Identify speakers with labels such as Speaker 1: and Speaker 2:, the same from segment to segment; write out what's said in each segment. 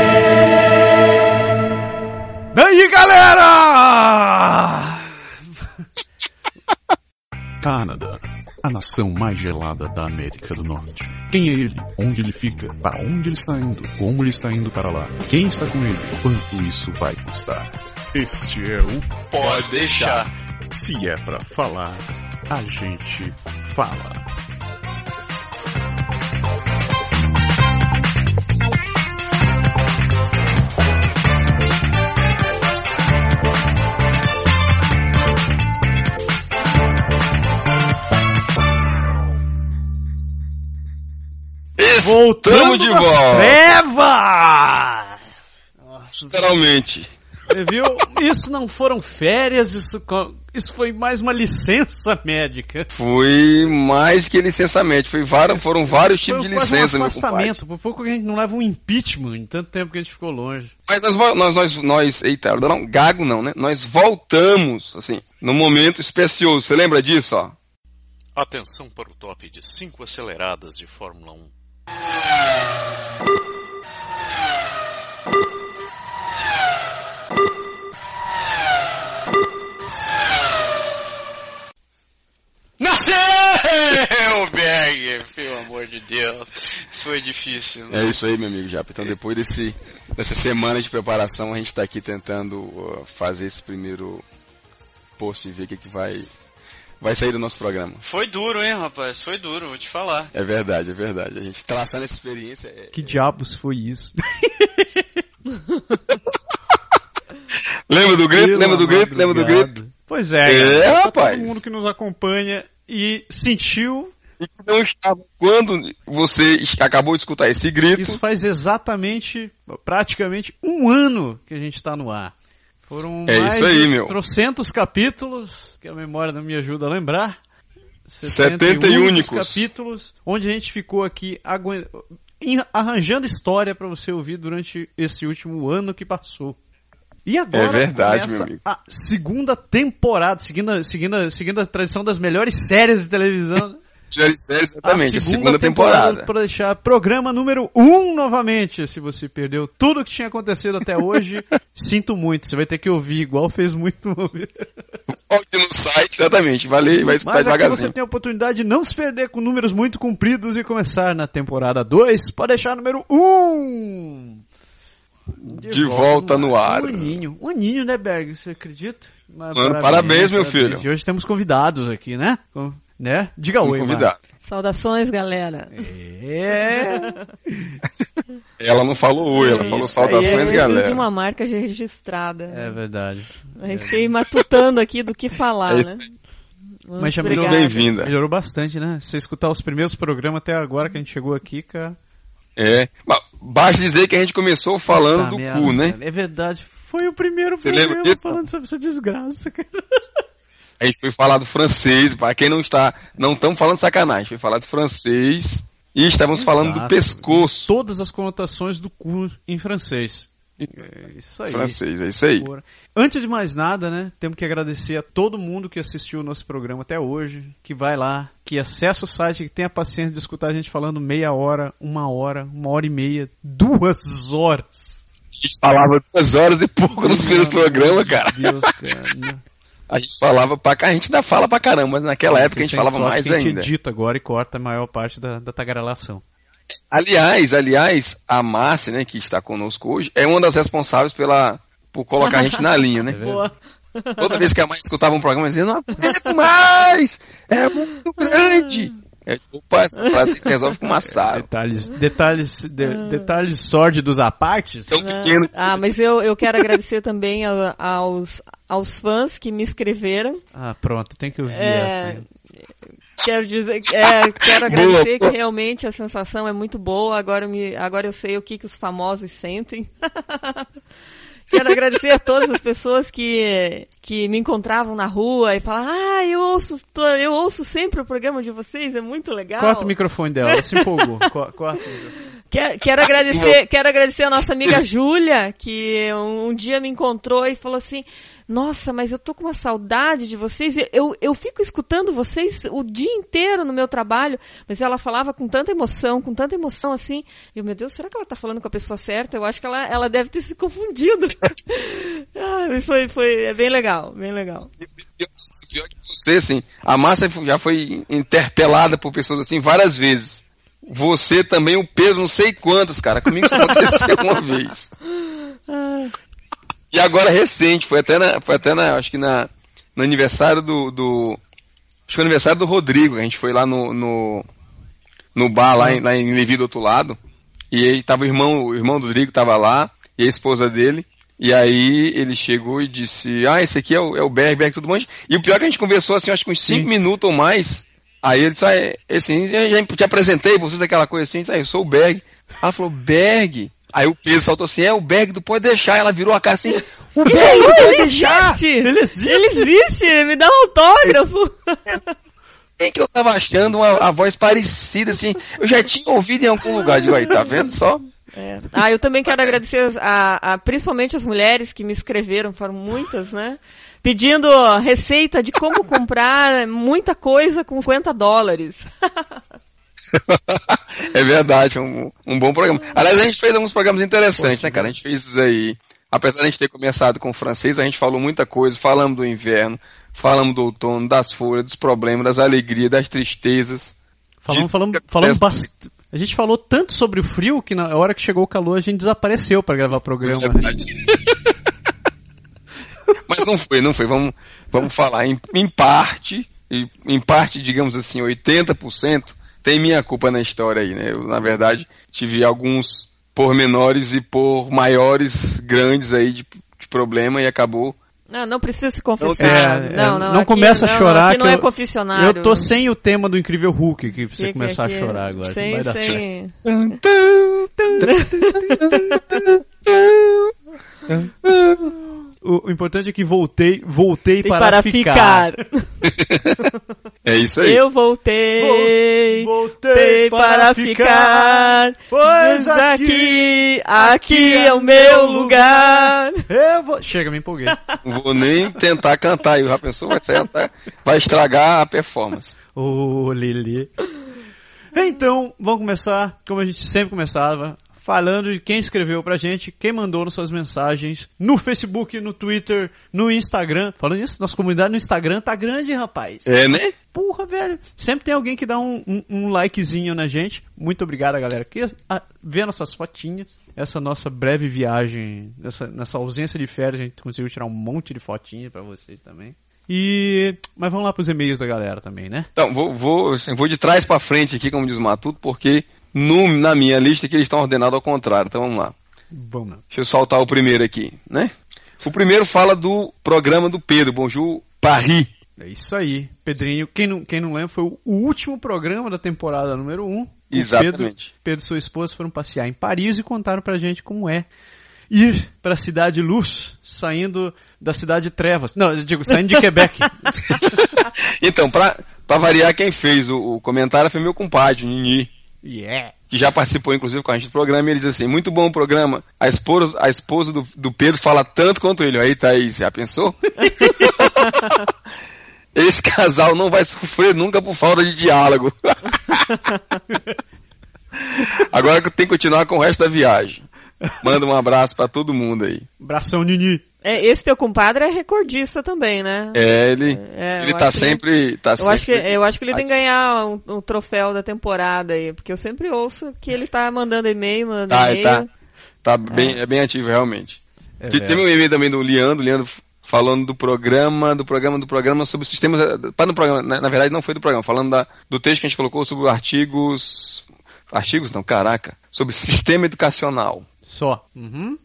Speaker 1: nação mais gelada da América do Norte. Quem é ele? Onde ele fica? Para onde ele está indo? Como ele está indo para lá? Quem está com ele? Quanto isso vai custar? Este é o
Speaker 2: Pode deixar.
Speaker 1: Se é para falar, a gente fala.
Speaker 2: Voltamos de
Speaker 3: das
Speaker 2: volta.
Speaker 3: Trevas! Nossa,
Speaker 2: Literalmente.
Speaker 3: você viu? Isso não foram férias, isso, co- isso foi mais uma licença médica.
Speaker 2: Foi mais que licenciamento. Foi vários, foram vários
Speaker 3: Foi
Speaker 2: tipos de
Speaker 3: quase
Speaker 2: licença,
Speaker 3: um
Speaker 2: meu compadre.
Speaker 3: afastamento. Por pouco que a gente não leva um impeachment em tanto tempo que a gente ficou longe.
Speaker 2: Mas nós, vo- nós, nós, nós, eita, não, gago não, né? Nós voltamos, assim, num momento especioso. Você lembra disso, ó?
Speaker 4: Atenção para o top de 5 aceleradas de Fórmula 1.
Speaker 5: Nasceu, Berg! Pelo amor de Deus. Isso foi difícil.
Speaker 2: É isso aí, meu amigo Japa. Então, depois desse, dessa semana de preparação, a gente está aqui tentando uh, fazer esse primeiro post e ver o que, que vai, vai sair do nosso programa.
Speaker 5: Foi duro, hein, rapaz? Foi duro, vou te falar.
Speaker 2: É verdade, é verdade. A gente traçando essa experiência. é-
Speaker 3: Que diabos foi isso?
Speaker 2: Lembra do grito?
Speaker 3: Pela
Speaker 2: Lembra do grito? Lembra do grito?
Speaker 3: madrugada. Pois é,
Speaker 2: É,
Speaker 3: cara, pra
Speaker 2: rapaz.
Speaker 3: todo mundo que nos acompanha e sentiu,
Speaker 2: Não estava. Quando você es- acabou de escutar esse grito,
Speaker 3: isso faz exatamente, praticamente um ano que a gente tá no ar. Foram
Speaker 2: É
Speaker 3: mais
Speaker 2: isso aí,
Speaker 3: de
Speaker 2: meu.
Speaker 3: trocentos capítulos, que a memória não me ajuda a lembrar.
Speaker 2: 71
Speaker 3: dos
Speaker 2: únicos.
Speaker 3: capítulos, onde a gente ficou aqui agu- em- arranjando história pra você ouvir durante esse último ano que passou. E agora
Speaker 2: É verdade,
Speaker 3: começa
Speaker 2: meu amigo.
Speaker 3: a segunda temporada, seguindo, a- seguindo, a- seguindo a tradição das melhores séries de televisão.
Speaker 2: já disse, é exatamente,
Speaker 3: a
Speaker 2: a segunda temporada.
Speaker 3: Para deixar programa número 1 um novamente. Se você perdeu tudo que tinha acontecido até hoje, sinto muito. Você vai ter que ouvir, igual fez muito.
Speaker 2: Volte no site, exatamente. Vai ler, vai escutar
Speaker 3: Mas aqui
Speaker 2: devagarzinho.
Speaker 3: você tem a oportunidade de não se perder com números muito compridos e começar na temporada 2. Pode deixar número 1. Um.
Speaker 2: De volta no ar.
Speaker 3: Um aninho. Um aninho, né, Berg? Você acredita? Mas
Speaker 2: Mano, parabéns, meu filho.
Speaker 3: E hoje temos convidados aqui, né? Com- né? Diga
Speaker 2: um
Speaker 3: oi, Mara.
Speaker 2: Convidar.
Speaker 6: Saudações, galera.
Speaker 3: É.
Speaker 2: Ela não falou oi, ela falou
Speaker 3: Isso aí,
Speaker 6: Eu
Speaker 2: saudações,
Speaker 6: preciso de
Speaker 2: galera.
Speaker 6: uma marca já registrada.
Speaker 3: É verdade.
Speaker 6: Aí Fiquei matutando aqui do que falar,
Speaker 2: É
Speaker 6: né?
Speaker 2: isso.
Speaker 6: Muito
Speaker 3: Mas já me deu
Speaker 2: Muito
Speaker 6: obrigada.
Speaker 2: bem-vinda.
Speaker 3: Melhorou bastante, né? Se você escutar os primeiros programas até agora que a gente chegou aqui, cara.
Speaker 2: É. Mas basta dizer que a gente começou falando
Speaker 3: Tá,
Speaker 2: do
Speaker 3: merda,
Speaker 2: cu, né?
Speaker 3: cara. É verdade. Foi o primeiro
Speaker 2: Você lembra
Speaker 3: programa
Speaker 2: disso?
Speaker 3: falando sobre essa desgraça, cara.
Speaker 2: A gente foi falar do francês, para quem não está. Não estamos falando sacanagem, foi falar do francês e estávamos falando do
Speaker 3: Exato.
Speaker 2: pescoço
Speaker 3: Todas as conotações do cu em francês. É isso aí.
Speaker 2: francês, é isso aí.
Speaker 3: Fora. Antes de mais nada, né, temos que agradecer a todo mundo que assistiu o nosso programa até hoje, que vai lá, que acessa o site, que tenha paciência de escutar a gente falando meia hora, uma hora, uma hora e meia, duas horas.
Speaker 2: A gente falava duas horas e pouco nos primeiros programas, cara.
Speaker 3: Meu Deus, cara.
Speaker 2: A gente falava pra cá, a gente ainda fala pra caramba, mas naquela época a
Speaker 3: Vocês
Speaker 2: gente
Speaker 3: têm
Speaker 2: falava
Speaker 3: sorte
Speaker 2: mais
Speaker 3: que a gente
Speaker 2: ainda.
Speaker 3: edita agora e corta a maior parte da, da tagarelação.
Speaker 2: Aliás, aliás, a Márcia, né, que está conosco hoje, é uma das responsáveis pela por colocar a gente na linha,
Speaker 3: Tá
Speaker 2: né?
Speaker 6: Boa.
Speaker 2: Toda vez que a mãe escutava um programa, ela dizia, não aguento mais! É muito grande! É, opa, essa frase se resolve com massaro.
Speaker 3: Detalhes, detalhes, de, detalhes sórdidos à parte.
Speaker 2: Tão pequeno.
Speaker 6: Ah, mas eu, eu quero agradecer também a- aos, aos fãs que me escreveram.
Speaker 3: Ah, pronto, tem que ouvir essa.
Speaker 6: É,
Speaker 3: hein?
Speaker 6: quero dizer, é, quero
Speaker 2: Boa,
Speaker 6: agradecer que
Speaker 2: boa.
Speaker 6: realmente a sensação é muito boa. Agora eu, me, agora eu sei o que, que os famosos sentem. quero agradecer a todas as pessoas que, que me encontravam na rua e falavam, ah, eu ouço, to- eu ouço sempre o programa de vocês, é muito legal.
Speaker 3: Corta o microfone dela, ela se empolgou. Co- Corta o microfone.
Speaker 6: Quero, quero agradecer, quero agradecer a nossa amiga Júlia, que um, um dia me encontrou e falou assim, nossa, mas eu tô com uma saudade de vocês, eu, eu, eu fico escutando vocês o dia inteiro no meu trabalho, mas ela falava com tanta emoção, com tanta emoção assim, e eu, meu Deus, será que ela tá falando com a pessoa certa? Eu acho que ela, ela deve ter se confundido. ah, mas foi, foi, é bem legal, bem legal.
Speaker 2: Pior que você, assim, a massa já foi interpelada por pessoas assim várias vezes. Você também, o Pedro, não sei quantas, cara. Comigo isso aconteceu uma vez.
Speaker 6: Ah,
Speaker 2: E agora recente, foi até na, foi até na acho que na, no aniversário do, do acho que foi aniversário do Rodrigo, a gente foi lá no no, no bar lá em, lá em Levi do outro lado, e aí tava o irmão, o irmão do Rodrigo tava lá, e a esposa dele, e aí ele chegou e disse, ah, esse aqui é o, é o Berg, Berg tudo mais, e o pior é que a gente conversou assim, acho que uns 5 minutos ou mais, aí ele disse, ah, é- assim, já, já te apresentei, vocês aquela coisa assim, disse, ah, eu sou o Berg, ela falou, Berg, aí o Pedro saltou assim, é o Berg do Pode Deixar, ela virou a cara assim, o Berg do Pode Deixar!
Speaker 6: existe! Ele existe! Me dá um autógrafo!
Speaker 2: Quem que eu tava achando uma, a voz parecida, assim? Eu já tinha ouvido em algum lugar. Digo, aí, tá vendo só?
Speaker 6: É. Ah, eu também quero agradecer a, a- principalmente as mulheres que me escreveram, foram muitas, né? Pedindo receita de como comprar muita coisa com 50 dólares.
Speaker 2: é verdade, um, um bom programa. Aliás, a gente fez alguns programas interessantes, né, cara? A gente fez isso aí. Apesar de a gente ter começado com o francês, a gente falou muita coisa. Falamos do inverno, falamos do outono, das folhas, dos problemas, das alegrias, das tristezas.
Speaker 3: Falamos, falamos, falamos bastante. A gente falou tanto sobre o frio que na hora que chegou o calor a gente desapareceu pra gravar
Speaker 6: É
Speaker 3: programa. né?
Speaker 2: Mas não foi, não foi. Vamos, vamos falar em, em parte, e em parte, digamos assim, 80%, tem minha culpa na história aí, né? Eu, na verdade, tive alguns pormenores e por maiores grandes aí de, de problema e acabou.
Speaker 6: Não, não precisa se confessar.
Speaker 3: É, é,
Speaker 6: não, não,
Speaker 3: não
Speaker 6: aqui-
Speaker 3: começa a
Speaker 6: não,
Speaker 3: chorar
Speaker 6: Aqui não
Speaker 3: que
Speaker 6: é
Speaker 3: eu-
Speaker 6: confessionário.
Speaker 3: Eu tô sem o tema do Incrível Hulk, que pra você
Speaker 6: Fiquem
Speaker 3: começar
Speaker 6: aqui
Speaker 3: a chorar agora.
Speaker 6: Sem,
Speaker 3: não vai dar certo.
Speaker 6: sem...
Speaker 3: O, o importante é que voltei, voltei
Speaker 6: E
Speaker 3: para,
Speaker 6: para
Speaker 3: ficar.
Speaker 6: ficar.
Speaker 2: É isso aí.
Speaker 6: Eu voltei.
Speaker 3: Voltei
Speaker 6: para ficar,
Speaker 3: pois
Speaker 6: pois aqui, aqui é o meu lugar.
Speaker 3: Eu vou... Chega, me empolguei.
Speaker 2: Não vou nem tentar cantar. Eu já pensou, vai, sair até- tá, vai estragar a performance.
Speaker 3: Ô, Lili. Então, vamos começar, como a gente sempre começava, falando de quem escreveu pra gente, quem mandou suas mensagens no Facebook, no Twitter, no Instagram. Falando isso, nossa comunidade no Instagram tá grande, rapaz.
Speaker 2: É, né?
Speaker 3: Porra, velho. Sempre tem alguém que dá um, um, um likezinho na gente. Muito obrigado, galera, que a- vê nossas fotinhas. Essa nossa breve viagem, nessa, nessa ausência de férias, a gente conseguiu tirar um monte de fotinhas pra vocês também. E... Mas vamos lá pros e-mails da galera também, né?
Speaker 2: Então, vou, vou, assim, vou de trás pra frente aqui, como diz o Matuto, porque no, na minha lista aqui eles estão ordenados ao contrário. Então vamos lá.
Speaker 3: Bom, não.
Speaker 2: Deixa eu soltar o primeiro aqui, né? O primeiro fala do programa do Pedro, Bonjour Paris.
Speaker 3: É isso aí, Pedrinho. Quem não, quem não lembra, foi o último programa da temporada número 1. Pedro,
Speaker 2: Exatamente.
Speaker 3: Pedro e sua esposa foram passear em Paris e contaram pra gente como é ir pra Cidade Luz, saindo da Cidade Trevas. Não, eu digo, saindo de Quebec.
Speaker 2: Então, pra, pra variar, quem fez o, o comentário foi meu compadre, o Nini,
Speaker 3: yeah!
Speaker 2: que já participou inclusive com a gente do programa, e ele diz assim, muito bom o programa, a esposa, a esposa do, do Pedro fala tanto quanto ele. Aí, Thaís, já pensou? Esse casal não vai sofrer nunca por falta de diálogo. Agora que tem que continuar com o resto da viagem. Manda um abraço pra todo mundo aí.
Speaker 3: Bração Nini.
Speaker 6: É, esse teu compadre é recordista também, né?
Speaker 2: É, ele,
Speaker 6: É,
Speaker 2: ele
Speaker 6: eu
Speaker 2: tá
Speaker 6: acho que ele-
Speaker 2: sempre. tá
Speaker 6: Eu acho, que,
Speaker 2: sempre-
Speaker 6: eu acho que ele tem que
Speaker 2: ativo.
Speaker 6: ganhar um, um troféu da temporada aí, porque eu sempre ouço que ele tá mandando e-mail, mandando
Speaker 3: Ah,
Speaker 2: Tá, ele
Speaker 6: e-mail.
Speaker 2: tá, tá bem, é bem ativo, realmente.
Speaker 3: É,
Speaker 2: Te- Teve um e-mail também do Leandro, Leandro f- falando do programa, do programa, do programa sobre sistemas. eh, Para no programa, né, na, na verdade não foi do programa, falando da- do texto que a gente colocou sobre artigos. Artigos não, caraca. Sobre sistema educacional.
Speaker 3: Só. Uhum.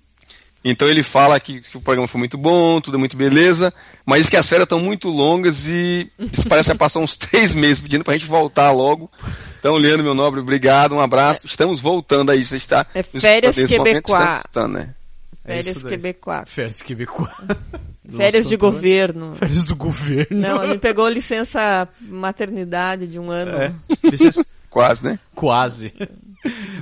Speaker 2: Então ele fala que, que o programa foi muito bom, tudo é muito beleza, mas que as férias estão muito longas e isso parece que já passou uns três meses pedindo pra gente voltar logo. Então, Leandro, meu nobre, obrigado, um abraço. Estamos voltando aí, você está.
Speaker 6: É
Speaker 2: nos
Speaker 6: férias
Speaker 2: escutando nesse momento,
Speaker 6: quebecois.
Speaker 2: estamos voltando, né?
Speaker 3: É
Speaker 6: Férias
Speaker 3: isso daí.
Speaker 6: quebecois.
Speaker 3: Férias Quebecois.
Speaker 6: Férias
Speaker 3: Nossa,
Speaker 6: de
Speaker 3: eu tô-
Speaker 6: governo.
Speaker 3: Férias do governo.
Speaker 6: Não, ele pegou licença maternidade de um ano.
Speaker 3: É. Licença-
Speaker 2: Quase, né?
Speaker 3: Quase.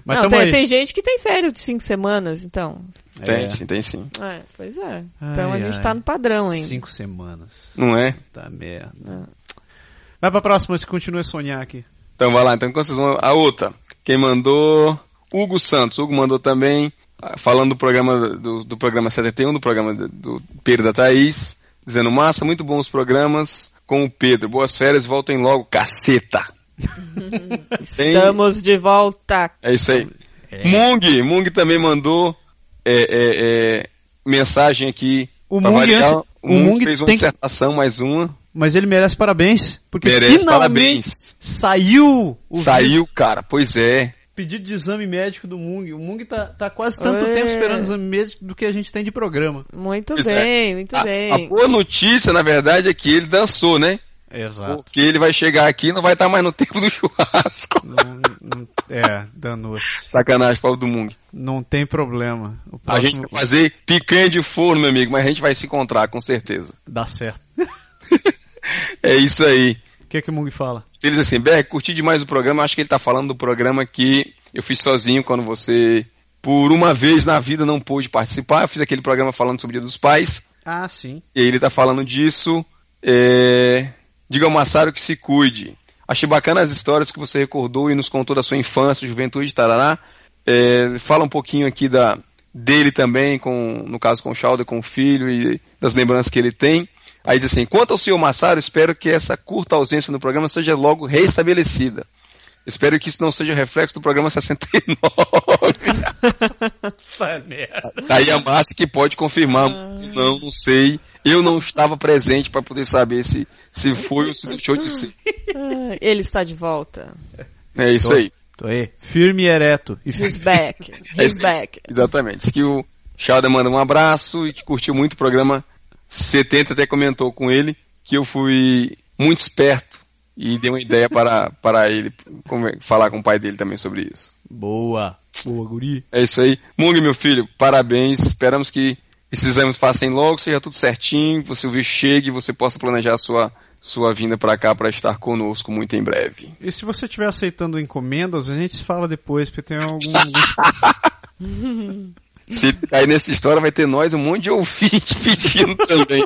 Speaker 3: Mas
Speaker 6: não,
Speaker 3: tamo
Speaker 6: tem,
Speaker 3: aí.
Speaker 6: tem gente que tem férias de cinco semanas, então.
Speaker 2: Tem
Speaker 3: É,
Speaker 2: sim, tem sim.
Speaker 6: É, pois é. Então
Speaker 3: Ai,
Speaker 6: a gente
Speaker 3: ai.
Speaker 6: tá no padrão ainda.
Speaker 3: cinco semanas.
Speaker 2: Não é?
Speaker 3: Tá merda. Vai pra próxima, se continua a sonhar aqui.
Speaker 2: Então vai lá, então enquanto vocês vão. A outra. Quem mandou? Hugo Santos. Hugo mandou também, ah, falando do programa do, do programa 71, do programa do, do Pedro da Thaís, dizendo, massa, muito bons os programas com o Pedro. Boas férias, voltem logo, caceta. Tem-
Speaker 6: Estamos de volta.
Speaker 2: É isso aí. Mung, Mung também mandou é, é, é, mensagem aqui.
Speaker 3: O
Speaker 2: pra
Speaker 3: Mung
Speaker 2: variar.
Speaker 3: antes-
Speaker 2: o
Speaker 3: o
Speaker 2: Mung
Speaker 3: Mung
Speaker 2: fez uma
Speaker 3: tem-
Speaker 2: dissertação, mais uma.
Speaker 3: Mas ele merece parabéns, porque
Speaker 2: Merece
Speaker 3: finalmente
Speaker 2: parabéns.
Speaker 3: saiu o
Speaker 2: Saiu, cara, pois é.
Speaker 3: pedido de exame médico do Mung. O Mung tá, tá quase tanto
Speaker 6: É.
Speaker 3: tempo esperando exame médico do que a gente tem de programa.
Speaker 6: Muito
Speaker 3: é.
Speaker 2: Pois
Speaker 6: bem, muito
Speaker 3: Ah,
Speaker 2: A,
Speaker 6: bem.
Speaker 2: a boa notícia, na verdade, é que ele dançou, né?
Speaker 3: Exato.
Speaker 2: Porque ele vai chegar aqui e não vai estar mais no tempo do churrasco.
Speaker 3: é, danou-se.
Speaker 2: Sacanagem, pobre do Mung.
Speaker 3: Não tem problema. O
Speaker 2: A gente tá-
Speaker 3: próximo
Speaker 2: vai fazer picanha de forno, meu amigo, mas a gente vai se encontrar, com certeza.
Speaker 3: dá certo.
Speaker 2: É isso aí.
Speaker 3: O que é que o Mung fala?
Speaker 2: Ele diz assim, Berg, curti demais o programa, acho que ele tá falando do programa que eu fiz sozinho quando você, por uma vez na vida, não pôde participar. Eu fiz aquele programa falando sobre o Dia dos Pais,
Speaker 3: Ah, sim.
Speaker 2: e aí ele tá falando disso. É... Diga ao Massaro que se cuide. Achei bacana as histórias que você recordou e nos contou da sua infância, juventude, tarará. É... Fala um pouquinho aqui da dele também, com no caso com o Chalda, com o filho e das lembranças que ele tem. Aí diz assim, quanto ao senhor Massaro, espero que essa curta ausência no programa seja logo reestabelecida. Espero que isso não seja reflexo do programa 69. Daí a Márcia que pode confirmar.
Speaker 6: Ah.
Speaker 2: Não, não sei. Eu não estava presente para poder saber se, se foi ou se deixou de ser.
Speaker 6: Ah, Ele está de volta.
Speaker 2: É isso aí.
Speaker 3: Tô aí. Firme e ereto. E
Speaker 6: He's back.
Speaker 2: É
Speaker 6: He's
Speaker 2: isso aí.
Speaker 6: back.
Speaker 2: Exatamente. Diz que o Chada manda um abraço e que curtiu muito o programa 70, até comentou com ele que eu fui muito esperto e dei uma ideia para, para ele como é- falar com o pai dele também sobre isso.
Speaker 3: Boa. Boa, guri.
Speaker 2: É isso aí. Mung, meu filho, parabéns. Esperamos que esses exames passem logo, seja tudo certinho, que você ouvir chegue e você possa planejar a sua, sua vinda pra cá pra estar conosco muito em breve.
Speaker 3: E se você estiver aceitando encomendas, a gente se fala depois, porque tem algum. alguns-
Speaker 2: Se cair nessa história, vai ter nós um monte de ouvinte pedindo também.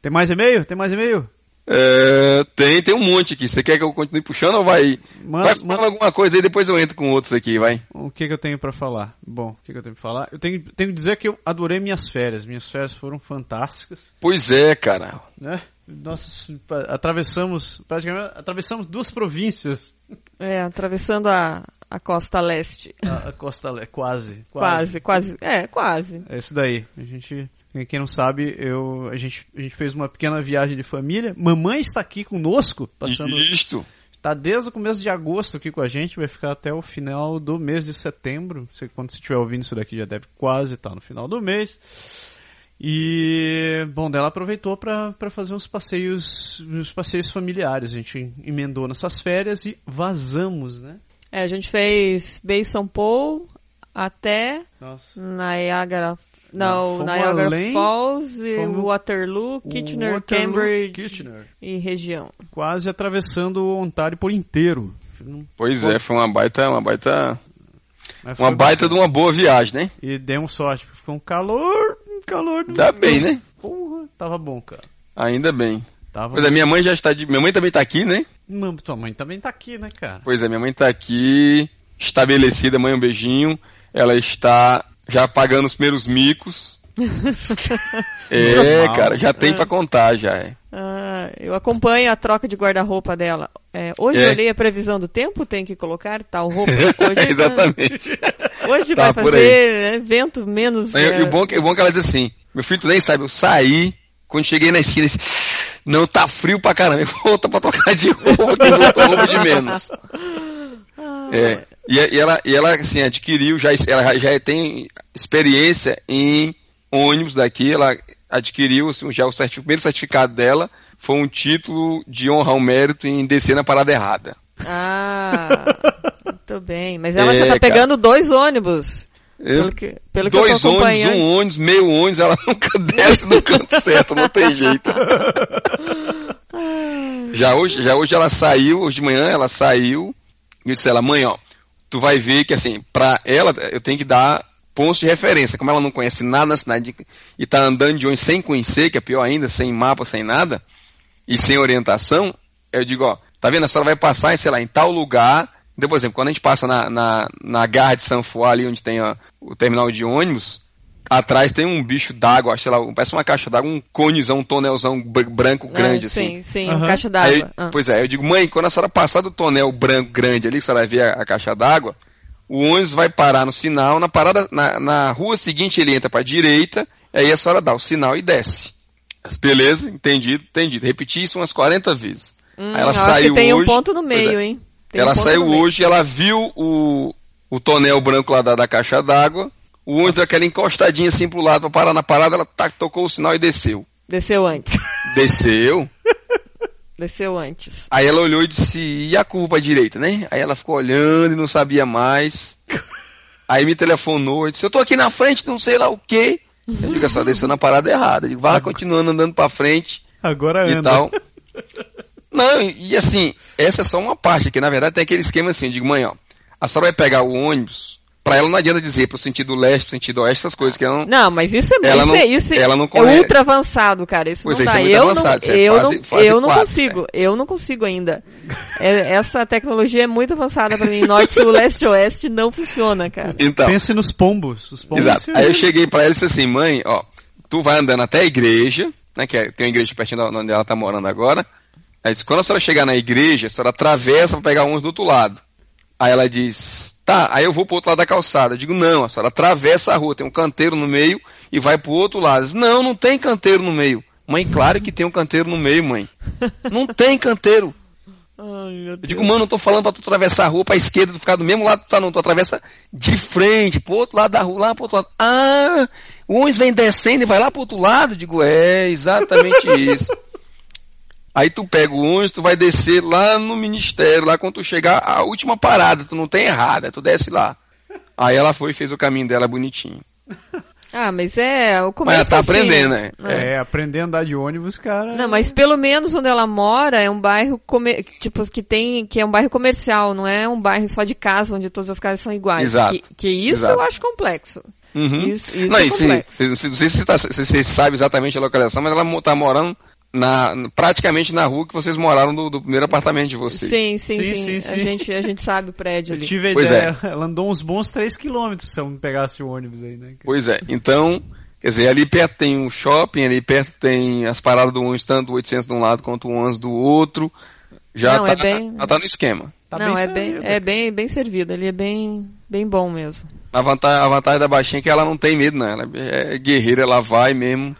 Speaker 3: tem mais e-mail? Tem mais e-mail?
Speaker 2: É, tem, tem um monte aqui. Você quer que eu continue puxando ou vai?
Speaker 3: Manda-
Speaker 2: vai falando
Speaker 3: manda-
Speaker 2: alguma coisa aí, depois eu entro com outros aqui, vai.
Speaker 3: O que, que eu tenho pra falar? Bom, o que, que eu tenho pra falar? Eu tenho, tenho que dizer que eu adorei minhas férias. Minhas férias foram fantásticas,
Speaker 2: Pois é, cara.
Speaker 3: né? Nós atravessamos, praticamente, atravessamos duas províncias.
Speaker 6: É, atravessando a, a costa leste.
Speaker 3: A, a costa leste, quase, quase.
Speaker 6: Quase. quase, É, quase.
Speaker 3: É isso daí. A gente, quem não sabe, eu, a gente, a gente fez uma pequena viagem de família. Mamãe está aqui conosco, passando
Speaker 2: Isto.
Speaker 3: Tá desde o começo de agosto aqui com a gente, vai ficar até o final do mês de setembro. Você, quando você estiver ouvindo isso daqui, já deve quase estar no final do mês. E, bom, dela aproveitou para fazer uns passeios, uns passeios familiares. A gente emendou nessas férias e vazamos, né?
Speaker 6: É, a gente fez Bay São Paul até
Speaker 3: Nossa.
Speaker 6: Niagara.
Speaker 3: Não,
Speaker 6: Não,
Speaker 3: fomos
Speaker 6: Niagara
Speaker 3: além,
Speaker 6: Falls, e
Speaker 3: fomos-
Speaker 6: Waterloo, Kitchener,
Speaker 3: Waterloo,
Speaker 6: Cambridge
Speaker 3: Kitchener.
Speaker 6: e região.
Speaker 3: Quase atravessando o Ontário por inteiro.
Speaker 2: Pois é, foi uma baita, uma baita,
Speaker 3: Mas foi
Speaker 2: uma baita de uma boa viagem, né?
Speaker 3: E deu um sorte, porque ficou um calor, um calor.
Speaker 2: Ainda bem, né?
Speaker 3: Uhum. Porra, tava bom, cara.
Speaker 2: Ainda bem.
Speaker 3: Tava
Speaker 2: Pois é, minha mãe já está de. Minha mãe também está aqui, né?
Speaker 3: Mano, tua mãe também tá aqui, né, cara?
Speaker 2: Pois é, minha mãe tá aqui, estabelecida, mãe, um beijinho. Ela está já pagando os primeiros micos. é,
Speaker 3: Normal.
Speaker 2: cara, já tem pra contar, já é.
Speaker 6: Ah, eu acompanho a troca de guarda-roupa dela. É, hoje
Speaker 2: É.
Speaker 6: eu olhei a previsão do tempo, tem que colocar tal roupa. Hoje, é
Speaker 2: Exatamente.
Speaker 6: hoje
Speaker 2: Tá,
Speaker 6: vai
Speaker 2: por aí.
Speaker 6: fazer né, vento menos.
Speaker 2: Aí,
Speaker 6: é,
Speaker 2: e o bom, que- o bom que ela diz assim: meu filho, tu nem sabe, eu saí, quando cheguei na esquina, disse, não tá frio pra caramba, volta pra trocar de roupa, que eu boto roupa de menos. É. E, e ela, e ela, assim, adquiriu, já, ela já tem experiência em ônibus daqui, ela adquiriu assim, já o, certi- o primeiro certificado dela, foi um título de honra ao mérito em descer na parada errada.
Speaker 6: Ah, muito bem. Mas ela já
Speaker 2: É,
Speaker 6: tá pegando dois ônibus. Pelo que, pelo que eu
Speaker 2: Dois
Speaker 6: tô
Speaker 2: ônibus,
Speaker 6: acompanhando.
Speaker 2: um ônibus, meio ônibus, ela nunca desce no canto certo, não tem jeito. Já hoje, já hoje ela saiu, hoje de manhã ela saiu e eu disse a ela, mãe, ó, tu vai ver que assim, pra ela eu tenho que dar pontos de referência. Como ela não conhece nada na cidade de- e tá andando de onde sem conhecer, que é pior ainda, sem mapa, sem nada, e sem orientação, eu digo, ó, tá vendo? A senhora vai passar, em, sei lá, em tal lugar. Então, por exemplo, quando a gente passa na, na, na garra de São Fuá, ali onde tem ó, o terminal de ônibus, atrás tem um bicho d'água, acho sei lá, parece uma caixa d'água, um conezão, um tonelzão br- branco grande,
Speaker 6: Ah,
Speaker 2: assim.
Speaker 6: Sim, sim,
Speaker 3: Aham.
Speaker 6: caixa
Speaker 2: Aí,
Speaker 6: d'água. Ah.
Speaker 2: Pois é, eu digo, mãe, quando a senhora passar do tonel branco grande ali, que a senhora vê a, a caixa d'água, o ônibus vai parar no sinal, na parada, na, na rua seguinte ele entra para direita, aí a senhora dá o sinal e desce. Beleza? Entendido, entendido. Repeti isso umas 40 vezes.
Speaker 6: Hum,
Speaker 2: aí ela
Speaker 6: eu acho
Speaker 2: saiu
Speaker 6: que tem
Speaker 2: hoje.
Speaker 6: um ponto no
Speaker 2: pois
Speaker 6: meio,
Speaker 2: é.
Speaker 6: hein? Tem um
Speaker 2: ela
Speaker 6: ponto
Speaker 2: saiu
Speaker 6: no meio.
Speaker 2: hoje, ela viu o, o tonel branco lá da, da caixa d'água, o ônibus deu aquela encostadinha assim pro lado para parar na parada, ela tac, tocou o sinal e desceu.
Speaker 6: Desceu antes.
Speaker 2: Desceu.
Speaker 6: Desceu antes.
Speaker 2: Aí ela olhou e disse, e a curva pra direita, né? Aí ela ficou olhando e não sabia mais. Aí me telefonou e disse, eu tô aqui na frente, não sei lá o quê. Eu digo, só desceu na parada errada. Eu digo, vai continuando andando pra frente
Speaker 3: Agora
Speaker 2: e
Speaker 3: anda.
Speaker 2: tal. Não, e assim, essa é só uma parte, que na verdade tem aquele esquema assim, eu digo, mãe, ó, a senhora vai pegar o ônibus, pra ela não adianta dizer pro sentido leste, pro sentido oeste, essas coisas, que ela não...
Speaker 6: Não, mas isso é
Speaker 2: Ela
Speaker 6: isso,
Speaker 2: não-
Speaker 6: é- isso
Speaker 2: ela não
Speaker 6: é
Speaker 2: conhece.
Speaker 6: ultra avançado, cara. Isso
Speaker 2: Pois é,
Speaker 6: não
Speaker 2: isso
Speaker 6: dá.
Speaker 2: é muito
Speaker 6: eu
Speaker 2: avançado, isso
Speaker 6: não,
Speaker 2: é
Speaker 6: eu
Speaker 2: fase-
Speaker 6: não,
Speaker 2: fase
Speaker 6: eu não
Speaker 2: quatro, né?
Speaker 6: consigo. Eu não consigo ainda. É- essa tecnologia é muito avançada pra mim. Norte, sul, leste, oeste não funciona, cara.
Speaker 2: Então,
Speaker 3: Pense nos pombos. Os pombos
Speaker 2: Exato.
Speaker 3: se-
Speaker 2: Aí eu cheguei pra ela e disse assim, mãe, ó, tu vai andando até a igreja, né, que é- tem uma igreja pertinho da onde ela tá morando agora. Aí disse, quando a senhora chegar na igreja, a senhora atravessa pra pegar uns do outro lado. Aí ela diz, tá, aí eu vou pro outro lado da calçada. Eu digo, não, a senhora atravessa a rua, tem um canteiro no meio e vai pro outro lado. Ela diz, não, não tem canteiro no meio. Mãe, claro que tem um canteiro no meio, mãe. Não tem canteiro.
Speaker 6: Ai, meu
Speaker 2: Eu
Speaker 6: Deus.
Speaker 2: digo, mano, eu tô falando pra tu atravessar a rua pra esquerda, tu ficar do mesmo lado que tu tá, não. Tu atravessa de frente, pro outro lado da rua, lá pro outro lado. Ah, o ônibus vem descendo e vai lá pro outro lado. Eu digo, é, exatamente isso. Aí tu pega o ônibus, tu vai descer lá no ministério, lá quando tu chegar a última parada, tu não tem errada, tu desce lá. Aí ela foi e fez o caminho dela bonitinho.
Speaker 6: Ah, mas é o
Speaker 2: Mas
Speaker 6: começo.
Speaker 2: ela tá
Speaker 6: assim.
Speaker 2: aprendendo, né? É.
Speaker 3: É, aprender a andar de ônibus, cara.
Speaker 6: Não, mas pelo menos onde ela mora é um bairro come- tipo que tem que é um bairro comercial, não é um bairro só de casa onde todas as casas são iguais.
Speaker 2: Exato.
Speaker 6: Que, que isso
Speaker 2: Exato.
Speaker 6: eu acho complexo.
Speaker 2: Uhum.
Speaker 6: Isso, isso
Speaker 2: Não,
Speaker 6: é
Speaker 2: e se-
Speaker 6: complexo.
Speaker 2: se- se- não sei se você, tá- se você sabe exatamente a localização, mas ela mo- tá morando na, praticamente na rua que vocês moraram do, do primeiro apartamento de vocês.
Speaker 6: Sim, sim,
Speaker 3: Sim,
Speaker 6: sim.
Speaker 3: sim, sim. É tipo,
Speaker 6: A, gente, a gente sabe o prédio
Speaker 3: Eu
Speaker 6: ali.
Speaker 3: tive a
Speaker 2: Pois é.
Speaker 3: ideia. Ela andou uns bons 3km se eu não pegasse o ônibus aí, né?
Speaker 2: Pois é. Então, quer dizer, ali perto tem um shopping, ali perto tem as paradas do ônibus, tanto o 800 de um lado quanto o 11 do outro. Já
Speaker 6: Não,
Speaker 2: tá,
Speaker 6: é bem-
Speaker 2: já tá no esquema.
Speaker 3: Tá
Speaker 6: Não, é,
Speaker 3: servido.
Speaker 6: bem, é bem, bem servido. Ele é bem, bem bom mesmo.
Speaker 2: A vantagem, a vantagem da baixinha é que ela não tem medo, não. Ela é guerreira, ela vai mesmo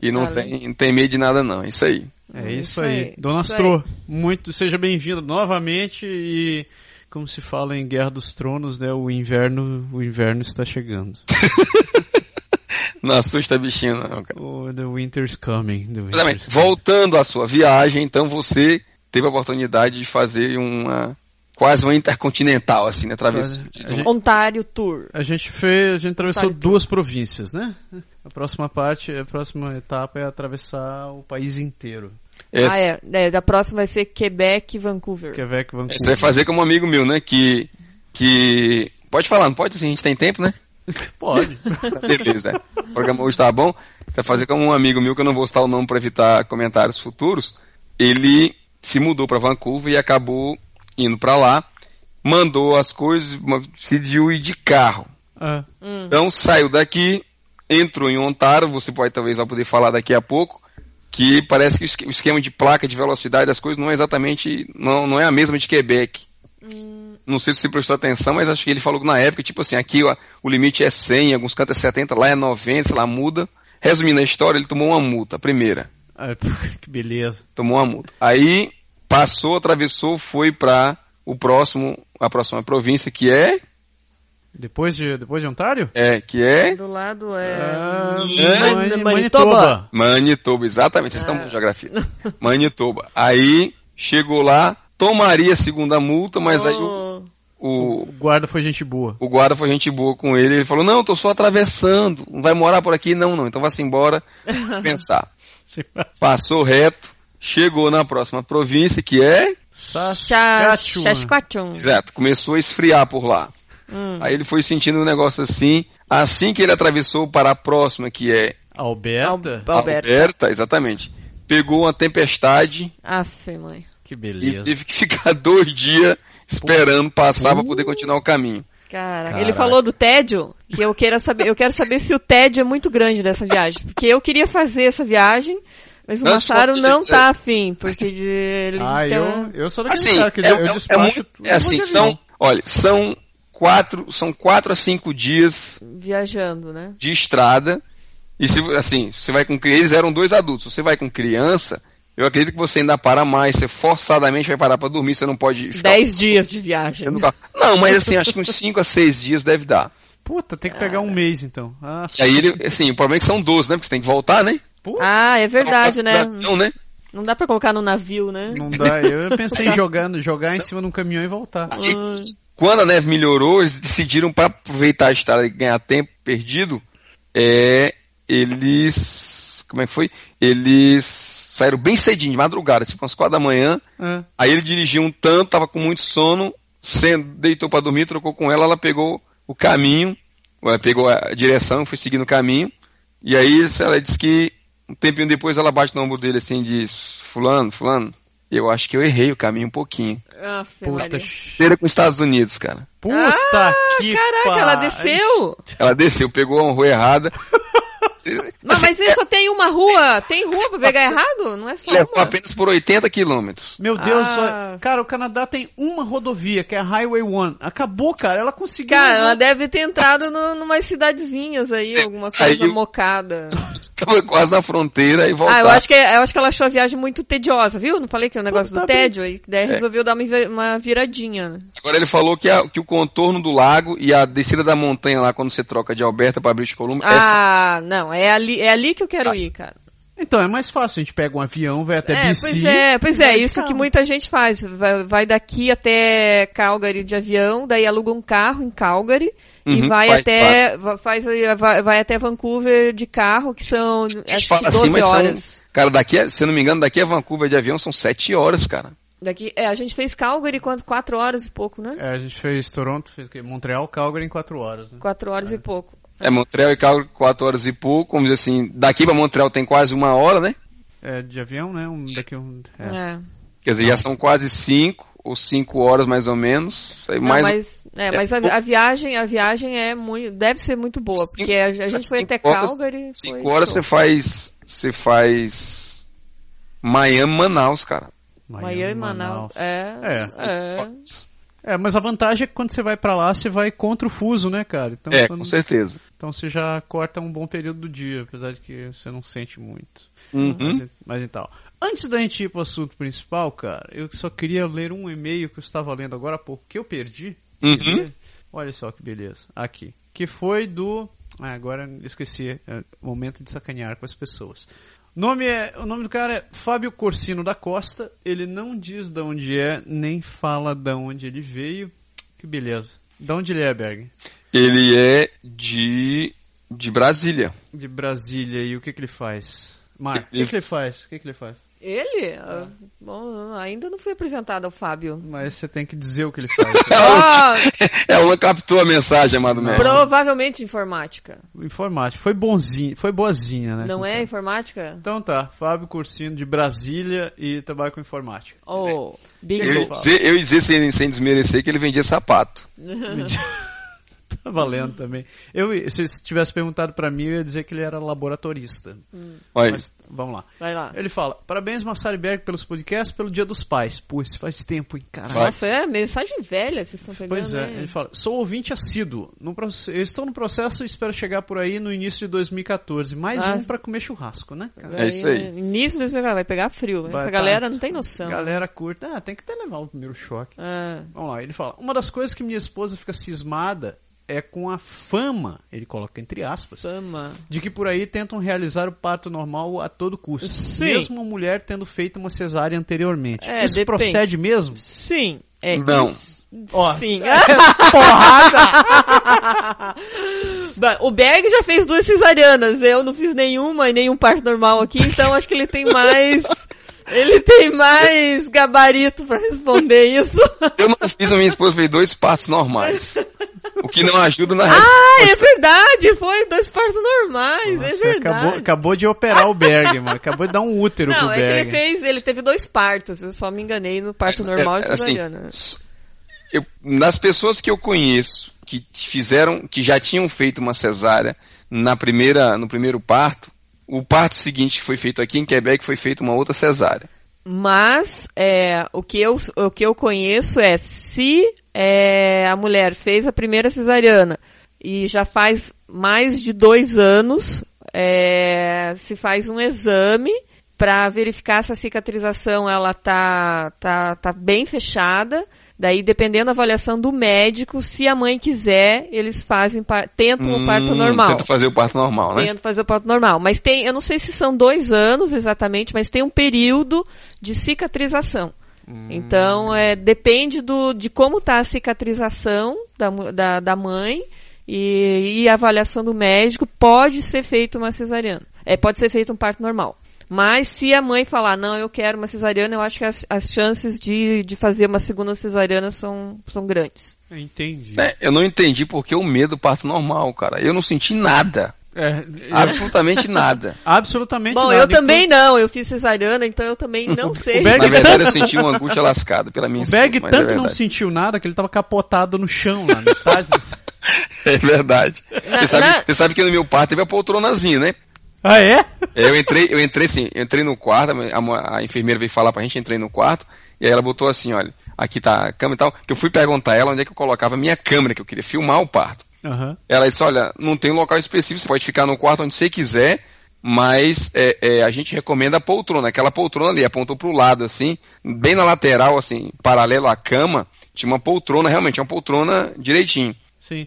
Speaker 2: e não,
Speaker 6: Ela-
Speaker 2: tem, não tem medo de nada, não. É Isso aí.
Speaker 3: É isso
Speaker 6: Isso
Speaker 3: aí.
Speaker 6: aí,
Speaker 3: Dona
Speaker 6: isso
Speaker 3: Astro, muito seja bem-vinda novamente e como se fala em Guerra dos Tronos, né, o inverno, o inverno está chegando.
Speaker 2: Não assusta a bichinha, não, cara.
Speaker 3: Oh, the winter's coming. The winter's
Speaker 2: Exatamente.
Speaker 3: coming.
Speaker 2: Voltando à sua viagem, então você teve a oportunidade de fazer uma quase uma intercontinental assim, né, travessa.
Speaker 3: Quase.
Speaker 2: de-
Speaker 3: A gente-
Speaker 6: Ontário Tour.
Speaker 3: A gente fez, a gente atravessou
Speaker 6: Vale tudo.
Speaker 3: duas províncias, né? A próxima parte, a próxima etapa é atravessar o país inteiro.
Speaker 2: É,
Speaker 6: Ah, é. É, Da próxima vai ser Quebec e Vancouver.
Speaker 3: Quebec,
Speaker 2: Você vai
Speaker 3: Vancouver.
Speaker 2: fazer como um amigo meu, né, que que pode falar, não pode? Assim, a gente tem tempo, né?
Speaker 3: Pode.
Speaker 2: Beleza. O programa hoje tá bom. Você vai fazer como um amigo meu que eu não vou citar o nome para evitar comentários futuros. Ele se mudou para Vancouver e acabou indo para lá. Mandou as coisas, ma- decidiu ir de carro.
Speaker 3: Ah,
Speaker 2: Então saiu daqui, entrou em Ontário, você pode talvez vai poder falar daqui a pouco, que parece que o esque- o esquema de placa de velocidade das coisas não é exatamente, não, não é a mesma de Quebec. Não sei se você prestou atenção, mas acho que ele falou que na época, tipo assim, aqui ó, o limite é 100, em alguns cantos é 70, lá é 90, sei lá, muda. Resumindo a história, ele tomou uma multa, a primeira
Speaker 3: ah, pô, que beleza.
Speaker 2: tomou uma multa. Aí passou, atravessou, foi para o próximo, a próxima província que é,
Speaker 3: Depois de, depois de Ontário?
Speaker 2: é que é
Speaker 6: Do lado é.
Speaker 3: Ah,
Speaker 6: Man-
Speaker 3: Mani-
Speaker 6: Manitoba.
Speaker 2: Manitoba, exatamente, vocês estão com geografia. Manitoba. Aí chegou lá, tomaria a segunda multa, mas aí o,
Speaker 6: Oh.
Speaker 2: o,
Speaker 3: O guarda foi gente boa.
Speaker 2: o guarda foi gente boa com ele, ele falou: "Não, tô só atravessando, não vai morar por aqui não, não. Então vá se embora, vamos pensar".
Speaker 3: Sim.
Speaker 2: Passou reto, Chegou na próxima província, que é.
Speaker 6: Cha-
Speaker 3: Saskatchewan.
Speaker 6: Saskatchewan.
Speaker 2: Exato, começou a esfriar por lá. Aí ele foi sentindo um negócio assim. Assim que ele atravessou para a próxima, que é
Speaker 3: Alberta?
Speaker 6: Al- Alberta.
Speaker 2: Alberta, exatamente. Pegou uma tempestade
Speaker 6: Aff, mãe.
Speaker 3: Que
Speaker 2: e
Speaker 3: beleza.
Speaker 2: teve que ficar dois dias esperando passar para poder continuar o caminho.
Speaker 6: Caraca.
Speaker 3: Caraca.
Speaker 6: Ele falou do tédio, que eu quero saber, eu quero saber se o tédio é muito grande dessa viagem, porque eu queria fazer essa viagem, mas o
Speaker 2: Não,
Speaker 6: Massaro
Speaker 2: só-
Speaker 6: não tá afim, porque de, ele
Speaker 3: Ah,
Speaker 6: disse que
Speaker 3: eu,
Speaker 6: é-
Speaker 3: eu sou daquele
Speaker 2: Assim,
Speaker 3: cara que
Speaker 2: é,
Speaker 3: eu
Speaker 2: é- é
Speaker 3: despacho
Speaker 2: muito-
Speaker 3: tudo.
Speaker 2: é assim, são, olha, são quatro, são quatro a cinco dias
Speaker 6: viajando, né?
Speaker 2: de estrada. E se assim, se você vai com criança, eles eram dois adultos. Se você vai com criança, eu acredito que você ainda para mais, você forçadamente vai parar para dormir, você não pode ficar um
Speaker 6: Dez dias de viagem.
Speaker 2: no carro. Não, mas assim, acho que uns 5 a 6 dias deve dar.
Speaker 3: Puta, tem que pegar um mês então. Ah,
Speaker 2: E aí ele, assim, o problema é que são 12, né? Porque você tem que voltar, né?
Speaker 6: Ah, é verdade, né?
Speaker 2: Não, né?
Speaker 6: Não dá pra colocar no navio, né?
Speaker 3: não dá. Eu pensei em jogar, jogar em cima de um caminhão e voltar.
Speaker 2: Aí, quando a neve melhorou, eles decidiram para aproveitar a estrada e ganhar tempo perdido, é, eles, como é que foi? Eles saíram bem cedinho, de madrugada, tipo umas 4 da manhã.
Speaker 3: Ah,
Speaker 2: Aí ele dirigiu um tanto, tava com muito sono, sendo, deitou para dormir, trocou com ela, ela pegou o caminho, ela pegou a direção, foi seguindo o caminho. E aí ela disse que um tempinho depois ela bate no ombro dele assim e diz: Fulano, Fulano, eu acho que eu errei o caminho um pouquinho.
Speaker 6: Aff,
Speaker 3: puta,
Speaker 6: Maria. Ah,
Speaker 3: ch-
Speaker 2: Cheira com os Estados Unidos, cara.
Speaker 3: puta que
Speaker 6: Caraca,
Speaker 3: pariu.
Speaker 6: ela desceu?
Speaker 2: Ela desceu, pegou uma rua errada, assim,
Speaker 6: Mas, mas é ele só tem uma rua. Tem rua pra pegar errado? Não é só
Speaker 2: levou
Speaker 6: uma.
Speaker 2: apenas por 80 quilômetros.
Speaker 3: Meu Deus,
Speaker 6: Ah.
Speaker 3: só- cara, o Canadá tem uma rodovia, que é a Highway 1. Acabou, cara, ela conseguiu.
Speaker 6: Cara, ela deve ter entrado no, numas cidadezinhas aí, alguma coisa
Speaker 2: Saiu.
Speaker 6: mocada.
Speaker 2: Tava quase na fronteira e voltar.
Speaker 6: Ah, eu acho, que, eu acho que ela achou a viagem muito tediosa, viu? Não falei que é um negócio
Speaker 3: Tá
Speaker 6: do
Speaker 3: bem.
Speaker 6: tédio aí, que daí resolveu dar uma, vi- uma viradinha.
Speaker 2: Agora ele falou que, a- que o contorno do lago e a descida da montanha lá quando você troca de Alberta para British Columbia é
Speaker 6: Ah, não, é ali, é ali que eu quero ir, cara.
Speaker 3: Então, é mais fácil, a gente pega um avião, vai até
Speaker 6: É,
Speaker 3: BC.
Speaker 6: pois é, pois é,
Speaker 3: vai de
Speaker 6: isso
Speaker 3: carro.
Speaker 6: que muita gente faz. Vai, vai daqui até Calgary de avião, daí aluga um carro em Calgary e
Speaker 2: Uhum,
Speaker 6: vai
Speaker 2: faz-
Speaker 6: até va- faz, vai, vai até Vancouver de carro, que são
Speaker 2: A gente
Speaker 6: acho que
Speaker 2: fala
Speaker 6: 12
Speaker 2: assim, mas
Speaker 6: horas.
Speaker 2: são. Cara, daqui, a- se eu não me engano, daqui a Vancouver de avião são 7 horas, cara.
Speaker 6: Daqui, é, a gente fez Calgary quanto? Quatro horas e pouco, né?
Speaker 3: É, a gente fez Toronto, fez o quê? Montreal, Calgary em 4 horas. Né?
Speaker 6: Quatro horas e pouco.
Speaker 2: É, Montreal e Calgary, 4 horas e pouco. Vamos dizer assim, daqui pra Montreal tem quase uma hora, né?
Speaker 3: É, de avião, né? Um, daqui um... É.
Speaker 6: É.
Speaker 2: Quer dizer, já são quase 5 ou 5 horas mais ou menos. Aí
Speaker 6: Não,
Speaker 2: mais um
Speaker 6: mas, é, mas a,
Speaker 2: pouco.
Speaker 6: a viagem, a viagem é muito, deve ser muito boa, porque a, a gente foi até Calgary.
Speaker 2: 5
Speaker 6: foi
Speaker 2: horas
Speaker 6: show.
Speaker 2: você faz. Você faz. Miami, Manaus, cara.
Speaker 6: Miami, Manaus.
Speaker 3: É.
Speaker 6: É, é.
Speaker 3: É, mas a vantagem é que quando você vai pra lá, você vai contra o fuso, né, cara? Então,
Speaker 2: É,
Speaker 3: quando-
Speaker 2: com certeza.
Speaker 3: então você já corta um bom período do dia, apesar de que você não sente muito.
Speaker 2: Uhum.
Speaker 3: Mas, mas então. Antes da gente ir pro assunto principal, cara, eu só queria ler um e-mail que eu estava lendo agora há pouco, que eu perdi.
Speaker 2: Uhum.
Speaker 3: Quer ver? Olha só que beleza. Aqui. Que foi do. Ah, agora esqueci. É, momento de sacanear com as pessoas. Nome é, o nome do cara é Fábio Corsino da Costa. Ele não diz de onde é, nem fala de onde ele veio. Que beleza. De onde ele é, Berg?
Speaker 2: Ele é de. de Brasília.
Speaker 3: De Brasília. E o que, que ele faz? Marco, o que,
Speaker 2: Ele-
Speaker 3: que ele faz? O que, que ele faz?
Speaker 6: Ele? Ah, Bom, ainda não fui apresentado ao Fábio.
Speaker 3: Mas você tem que dizer o que ele faz.
Speaker 6: Ah,
Speaker 2: É, ela captou a mensagem, amado mestre.
Speaker 6: provavelmente informática.
Speaker 3: Informática. Foi bonzinho, foi boazinha, né?
Speaker 6: Não é informática?
Speaker 3: Então tá, Fábio Cursino de Brasília e trabalha com informática.
Speaker 2: É.
Speaker 6: Oh, Big
Speaker 2: Eu ia
Speaker 6: Blue.
Speaker 2: dizer, eu ia dizer sem, sem desmerecer que ele vendia sapato.
Speaker 3: Tá valendo também. Eu, se se tivesse perguntado pra mim, eu ia dizer que ele era laboratorista.
Speaker 6: Hum.
Speaker 2: Olha,
Speaker 3: Mas vamos lá.
Speaker 6: Vai lá.
Speaker 3: Ele fala: Parabéns, Massari Berg, pelos podcasts, pelo Dia dos Pais. Pô, isso faz tempo, hein, caralho.
Speaker 2: Faz.
Speaker 6: Nossa, é mensagem velha, vocês estão pegando.
Speaker 3: Pois é,
Speaker 6: né?
Speaker 3: ele fala, sou ouvinte assíduo. No proce- eu estou no processo e espero chegar por aí no início de 2014. Mais
Speaker 6: Ah.
Speaker 3: um pra comer churrasco, né? cara?
Speaker 2: É isso aí.
Speaker 6: Vai- Início de 2014, vai pegar frio. né?
Speaker 3: Vai
Speaker 6: Essa
Speaker 3: tá-
Speaker 6: galera não tem noção.
Speaker 3: Galera curta. Ah, tem que até levar o primeiro choque.
Speaker 6: Ah,
Speaker 3: Vamos lá, ele fala. Uma das coisas que minha esposa fica cismada é com a fama, ele coloca entre aspas,
Speaker 6: fama.
Speaker 3: de que por aí tentam realizar o parto normal a todo custo.
Speaker 6: Sim.
Speaker 3: Mesmo a mulher tendo feito uma cesárea anteriormente.
Speaker 6: É,
Speaker 3: Isso
Speaker 6: depende.
Speaker 3: procede mesmo?
Speaker 6: Sim, é
Speaker 2: Não.
Speaker 6: isso.
Speaker 3: Ó,
Speaker 6: Sim.
Speaker 3: Porrada!
Speaker 6: Bah, O Berg já fez duas cesarianas, eu não fiz nenhuma e nenhum parto normal aqui, então acho que ele tem mais Ele tem mais gabarito pra responder isso.
Speaker 2: Eu não fiz, a minha esposa fez dois partos normais. O que não ajuda na resposta.
Speaker 6: Ah, é verdade, foi dois partos normais, é
Speaker 3: Nossa,
Speaker 6: verdade.
Speaker 3: acabou, acabou de operar o Bergman, acabou de dar um útero
Speaker 6: Não,
Speaker 3: pro
Speaker 6: é que ele
Speaker 3: Bergman.
Speaker 6: fez, ele teve dois partos, eu só me enganei no parto normal
Speaker 2: É,
Speaker 6: e
Speaker 2: assim,
Speaker 6: cesariana.
Speaker 2: eu, das pessoas que eu conheço que fizeram, que já tinham feito uma cesárea na primeira, no primeiro parto, o parto seguinte que foi feito aqui em Quebec foi feito uma outra cesárea.
Speaker 6: Mas é, o, que eu, o que eu conheço é se é, a mulher fez a primeira cesariana e já faz mais de dois anos, é, se faz um exame para verificar se a cicatrização ela tá, tá, tá bem fechada. Daí, dependendo da avaliação do médico, se a mãe quiser, eles fazem par- tentam o parto
Speaker 2: Hum,
Speaker 6: normal.
Speaker 2: Tenta fazer o parto normal, né?
Speaker 6: Tento fazer o parto normal. Mas tem, eu não sei se são dois anos exatamente, mas tem um período de cicatrização. Então, é, depende do, de como está a cicatrização da, mu- da, da mãe e, e a avaliação do médico, pode ser feito uma cesariana. É, pode ser feito um parto normal. Mas se a mãe falar, não, eu quero uma cesariana, eu acho que as, as chances de, de fazer uma segunda cesariana são, são grandes.
Speaker 3: Entendi.
Speaker 2: É, eu não entendi porque o medo do parto normal, cara. Eu não senti nada.
Speaker 3: É, eu-
Speaker 2: Absolutamente nada.
Speaker 3: absolutamente
Speaker 6: Bom,
Speaker 3: nada.
Speaker 6: eu também não, eu fiz cesariana, então eu também não sei.
Speaker 3: Berg-
Speaker 2: Na verdade, eu senti uma angústia lascada pela minha
Speaker 3: O
Speaker 2: esposa.
Speaker 3: Berg
Speaker 2: mas
Speaker 3: tanto
Speaker 2: é
Speaker 3: não
Speaker 2: verdade.
Speaker 3: sentiu nada que ele tava capotado no chão lá, né? metade.
Speaker 2: É verdade.
Speaker 6: Na-
Speaker 2: Você sabe,
Speaker 6: na-
Speaker 2: você sabe que no meu parto teve a poltronazinha, né?
Speaker 3: ah, é?
Speaker 2: É, Eu entrei, eu entrei assim, eu entrei no quarto, a, mo- a enfermeira veio falar pra gente, entrei no quarto, e aí ela botou assim, olha, aqui tá a cama e tal, que eu fui perguntar a ela onde é que eu colocava a minha câmera, que eu queria filmar o parto.
Speaker 3: Aham.
Speaker 2: Ela disse, olha, não tem um local específico, você pode ficar no quarto onde você quiser, mas é, é, a gente recomenda a poltrona, aquela poltrona ali, apontou pro lado assim, bem na lateral, assim, paralelo à cama, tinha uma poltrona, realmente, uma poltrona direitinho.
Speaker 3: Sim.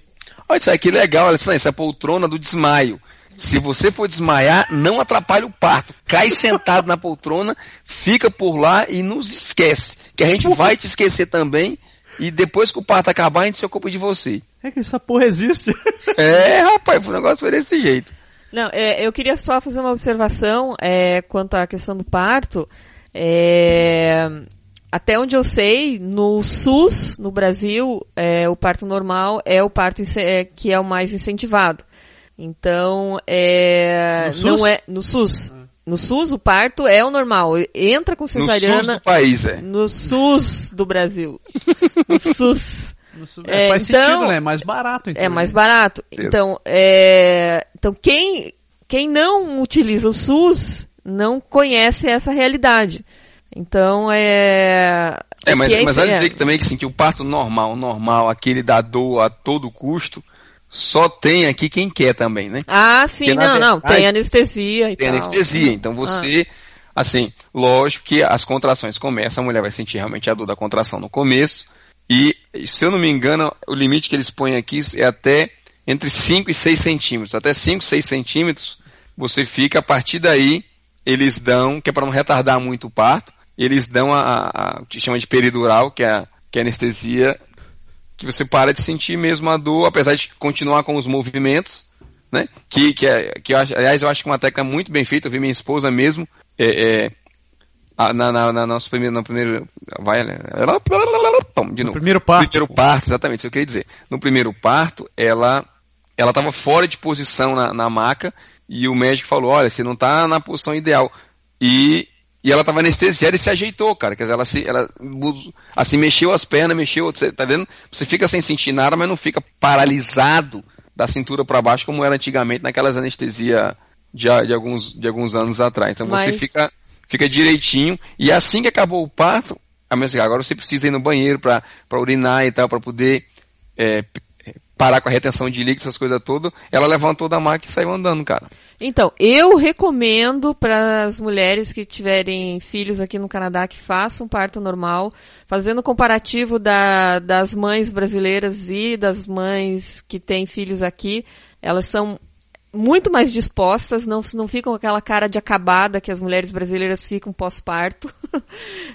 Speaker 2: Olha isso aqui, legal. Ela disse, não, isso é a poltrona do desmaio. Se você for desmaiar, não atrapalhe o parto. Cai sentado na poltrona, fica por lá e nos esquece. Que a gente vai te esquecer também. E depois que o parto acabar, a gente se ocupa de você.
Speaker 3: É que essa porra existe.
Speaker 2: É, rapaz, o negócio foi desse jeito.
Speaker 6: Não, é, eu queria só fazer uma observação é, quanto à questão do parto. É, até onde eu sei, no SUS, no Brasil, é, o parto normal é o parto ince- é, que é o mais incentivado. Então, é,
Speaker 3: No SUS?
Speaker 6: não é no SUS. No SUS, o parto é o normal. Entra com
Speaker 2: Ah. No SUS do
Speaker 6: cesariana
Speaker 2: país, é.
Speaker 6: no SUS do Brasil. No SUS.
Speaker 3: É,
Speaker 6: É,
Speaker 3: faz
Speaker 6: então-
Speaker 3: sentido, né? É mais barato, então.
Speaker 6: É mais barato. Então, é, então quem, quem não utiliza o SUS não conhece essa realidade. Então, é...
Speaker 2: É, mas,
Speaker 6: que
Speaker 2: mas
Speaker 6: esse-
Speaker 2: vale
Speaker 6: é.
Speaker 2: dizer que também que, assim, que o parto normal, normal, aquele da dor a todo custo, só tem aqui quem quer também, né?
Speaker 6: Ah, sim,
Speaker 2: Porque, na
Speaker 6: não, não.
Speaker 2: verdade,
Speaker 6: Tem anestesia e
Speaker 2: tem
Speaker 6: tal. Ah.
Speaker 2: anestesia. Então você, assim, lógico que as contrações começam, a mulher vai sentir realmente a dor da contração no começo. E, se eu não me engano, o limite que eles põem aqui é até entre 5 e 6 centímetros. Até 5, 6 centímetros você fica, a partir daí, eles dão, que é para não retardar muito o parto, eles dão a, a- a- o que chama de peridural, que é a, que é a anestesia, que você para de sentir mesmo a dor, apesar de continuar com os movimentos, né? Que, que, é, que eu acho- aliás, eu acho que é uma técnica muito bem feita. Eu vi minha esposa mesmo é, é, a- na, na, na nosso primeiro, no primeiro, vai, né? Pum, de novo.
Speaker 3: primeiro parto.
Speaker 2: Primeiro parto, exatamente, isso que eu queria dizer. No primeiro parto, ela, ela estava fora de posição na, na maca e o médico falou: olha, você não está na posição ideal. E, e ela estava anestesiada e se ajeitou, cara. Quer dizer, ela se, ela, bus- assim, mexeu as pernas, mexeu, você tá vendo? Você fica sem sentir nada, mas não fica paralisado da cintura para baixo como era antigamente naquelas anestesias de, a- de alguns, de alguns anos atrás. Então você
Speaker 6: Mas-
Speaker 2: fica, fica direitinho e assim que acabou o parto, a minha assim, agora você precisa ir no banheiro para urinar e tal, para poder é, p- parar com a retenção de líquido, essas coisas todas. Ela levantou da maca e saiu andando, cara.
Speaker 6: Então, eu recomendo para as mulheres que tiverem filhos aqui no Canadá que façam parto normal, fazendo comparativo da- das mães brasileiras e das mães que têm filhos aqui, elas são muito mais dispostas, não, se- não ficam com aquela cara de acabada que as mulheres brasileiras ficam pós-parto.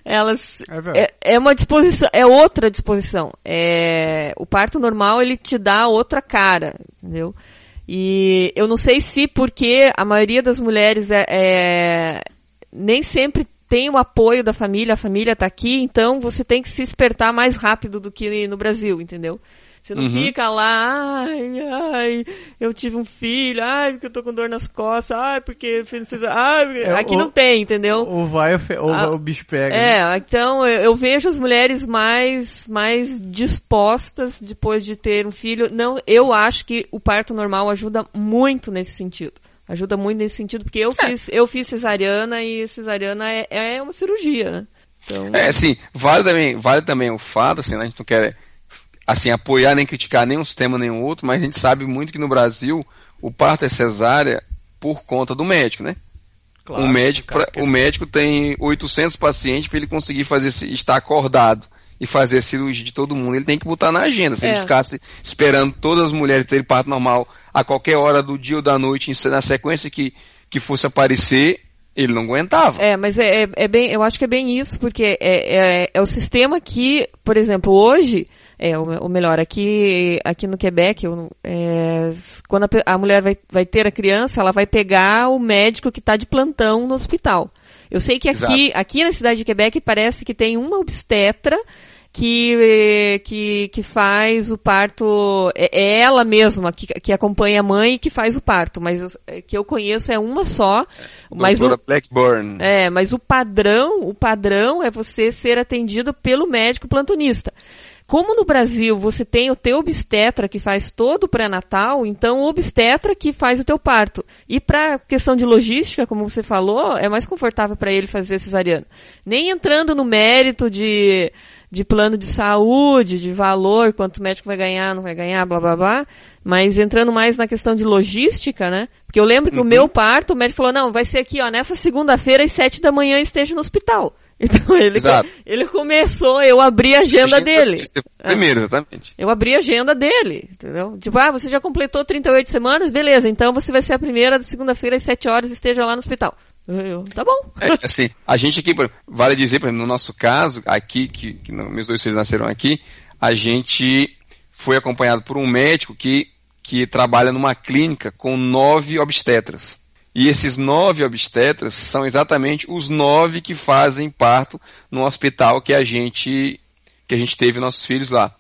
Speaker 6: elas
Speaker 3: É verdade.
Speaker 6: é, é uma disposição, é outra disposição. É, o parto normal ele te dá outra cara, entendeu? E eu não sei se porque a maioria das mulheres é, é- nem sempre tem o apoio da família, a família está aqui, então você tem que se espertar mais rápido do que no Brasil, entendeu? Você não
Speaker 2: Uhum.
Speaker 6: fica lá, ai, ai, eu tive um filho, ai, porque eu tô com dor nas costas, ai, porque precisa, ai, porque-"
Speaker 3: É,
Speaker 6: aqui
Speaker 3: o-
Speaker 6: não tem, entendeu?
Speaker 3: Ou vai, ou fe- ou
Speaker 6: Ah,
Speaker 3: o bicho pega. né?
Speaker 6: É, então eu, eu vejo as mulheres mais, mais dispostas depois de ter um filho. Não, eu acho que o parto normal ajuda muito nesse sentido. Ajuda muito nesse sentido, porque eu fiz, eu fiz cesariana e cesariana é, é uma cirurgia, né? Então,
Speaker 2: É, assim, vale também, vale também o fato, assim, né, a gente não quer assim, apoiar nem criticar nem um sistema nem o outro, mas a gente sabe muito que no Brasil o parto é cesárea por conta do médico, né?
Speaker 3: Claro,
Speaker 2: o médico,
Speaker 3: cara,
Speaker 2: pra- um- o médico tem 800 pacientes para ele conseguir fazer esse- estar acordado e fazer a cirurgia de todo mundo. Ele tem que botar na agenda. Se
Speaker 6: É.
Speaker 2: ele ficasse esperando todas as mulheres terem parto normal a qualquer hora do dia ou da noite em se- na sequência que, que fosse aparecer, ele não aguentava.
Speaker 6: É, mas é, é- é bem, eu acho que é bem isso, porque é, é, é o sistema que, por exemplo, hoje, é, ou, ou melhor, aqui, aqui no Quebec, eu não- é, s- quando a, pe- a mulher vai, vai ter a criança, ela vai pegar o médico que está de plantão no hospital. Eu sei que aqui, aqui na cidade de Quebec parece que tem uma obstetra que, eh, que, que faz o parto, é- é ela mesma que, que acompanha a mãe e que faz o parto, mas eu- é, que eu conheço é uma só, mas o,
Speaker 2: Doutora Blackburn.
Speaker 6: é, mas o padrão, o padrão é você ser atendido pelo médico plantonista. Como no Brasil você tem o teu obstetra que faz todo o pré-natal, então o obstetra que faz o teu parto. E para questão de logística, como você falou, é mais confortável para ele fazer cesariana. Nem entrando no mérito de, de plano de saúde, de valor, quanto o médico vai ganhar, não vai ganhar, blá blá blá. Mas entrando mais na questão de logística, né? Porque eu lembro que
Speaker 3: Uhum.
Speaker 6: o meu parto, o médico falou, não, vai ser aqui, ó, nessa segunda-feira às sete da manhã esteja no hospital. Então ele,
Speaker 2: Exato.
Speaker 6: ele começou, eu abri a agenda
Speaker 2: Deixa eu-
Speaker 6: dele. Ah.
Speaker 2: Primeiro, exatamente.
Speaker 6: Eu abri a agenda dele, entendeu? Tipo, ah, você já completou 38 semanas? Beleza, então você vai ser a primeira da segunda-feira às sete horas esteja lá no hospital. Eu, tá bom.
Speaker 2: É, assim, a gente aqui, por- vale dizer, por exemplo, no nosso caso, aqui, que, que no- meus dois filhos nasceram aqui, a gente foi acompanhado por um médico que, que trabalha numa clínica com nove obstetras. E esses nove obstetras são exatamente os nove que fazem parto no hospital que a gente que a gente teve nossos filhos lá.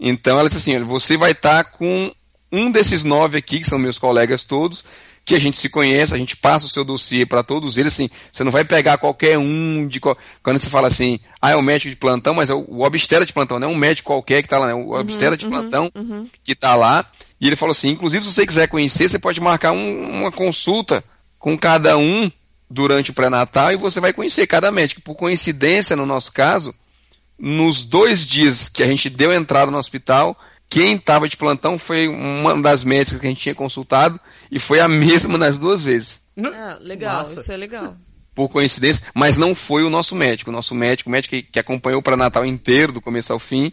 Speaker 2: Então ela disse assim, olha, você vai estar com um desses nove aqui, que são meus colegas todos, que a gente se conhece, a gente passa o seu dossiê para todos eles, assim, você não vai pegar qualquer um de qual- quando você fala assim, ah, é um médico de plantão, mas é o, o obstetra de plantão, não é um médico qualquer que tá lá, né? o obstetra de plantão que tá lá, e ele falou assim, inclusive se você quiser conhecer, você pode marcar um- uma consulta com cada um durante o pré-natal e você vai conhecer cada médico. Por coincidência, no nosso caso, nos dois dias que a gente deu entrada no hospital, quem estava de plantão foi uma das médicas que a gente tinha consultado e foi a mesma nas duas vezes.
Speaker 6: Ah, legal,
Speaker 3: Massa.
Speaker 6: isso é legal.
Speaker 2: Por coincidência, mas não foi o nosso médico. O nosso médico, o médico que, que acompanhou para Natal inteiro, do começo ao fim,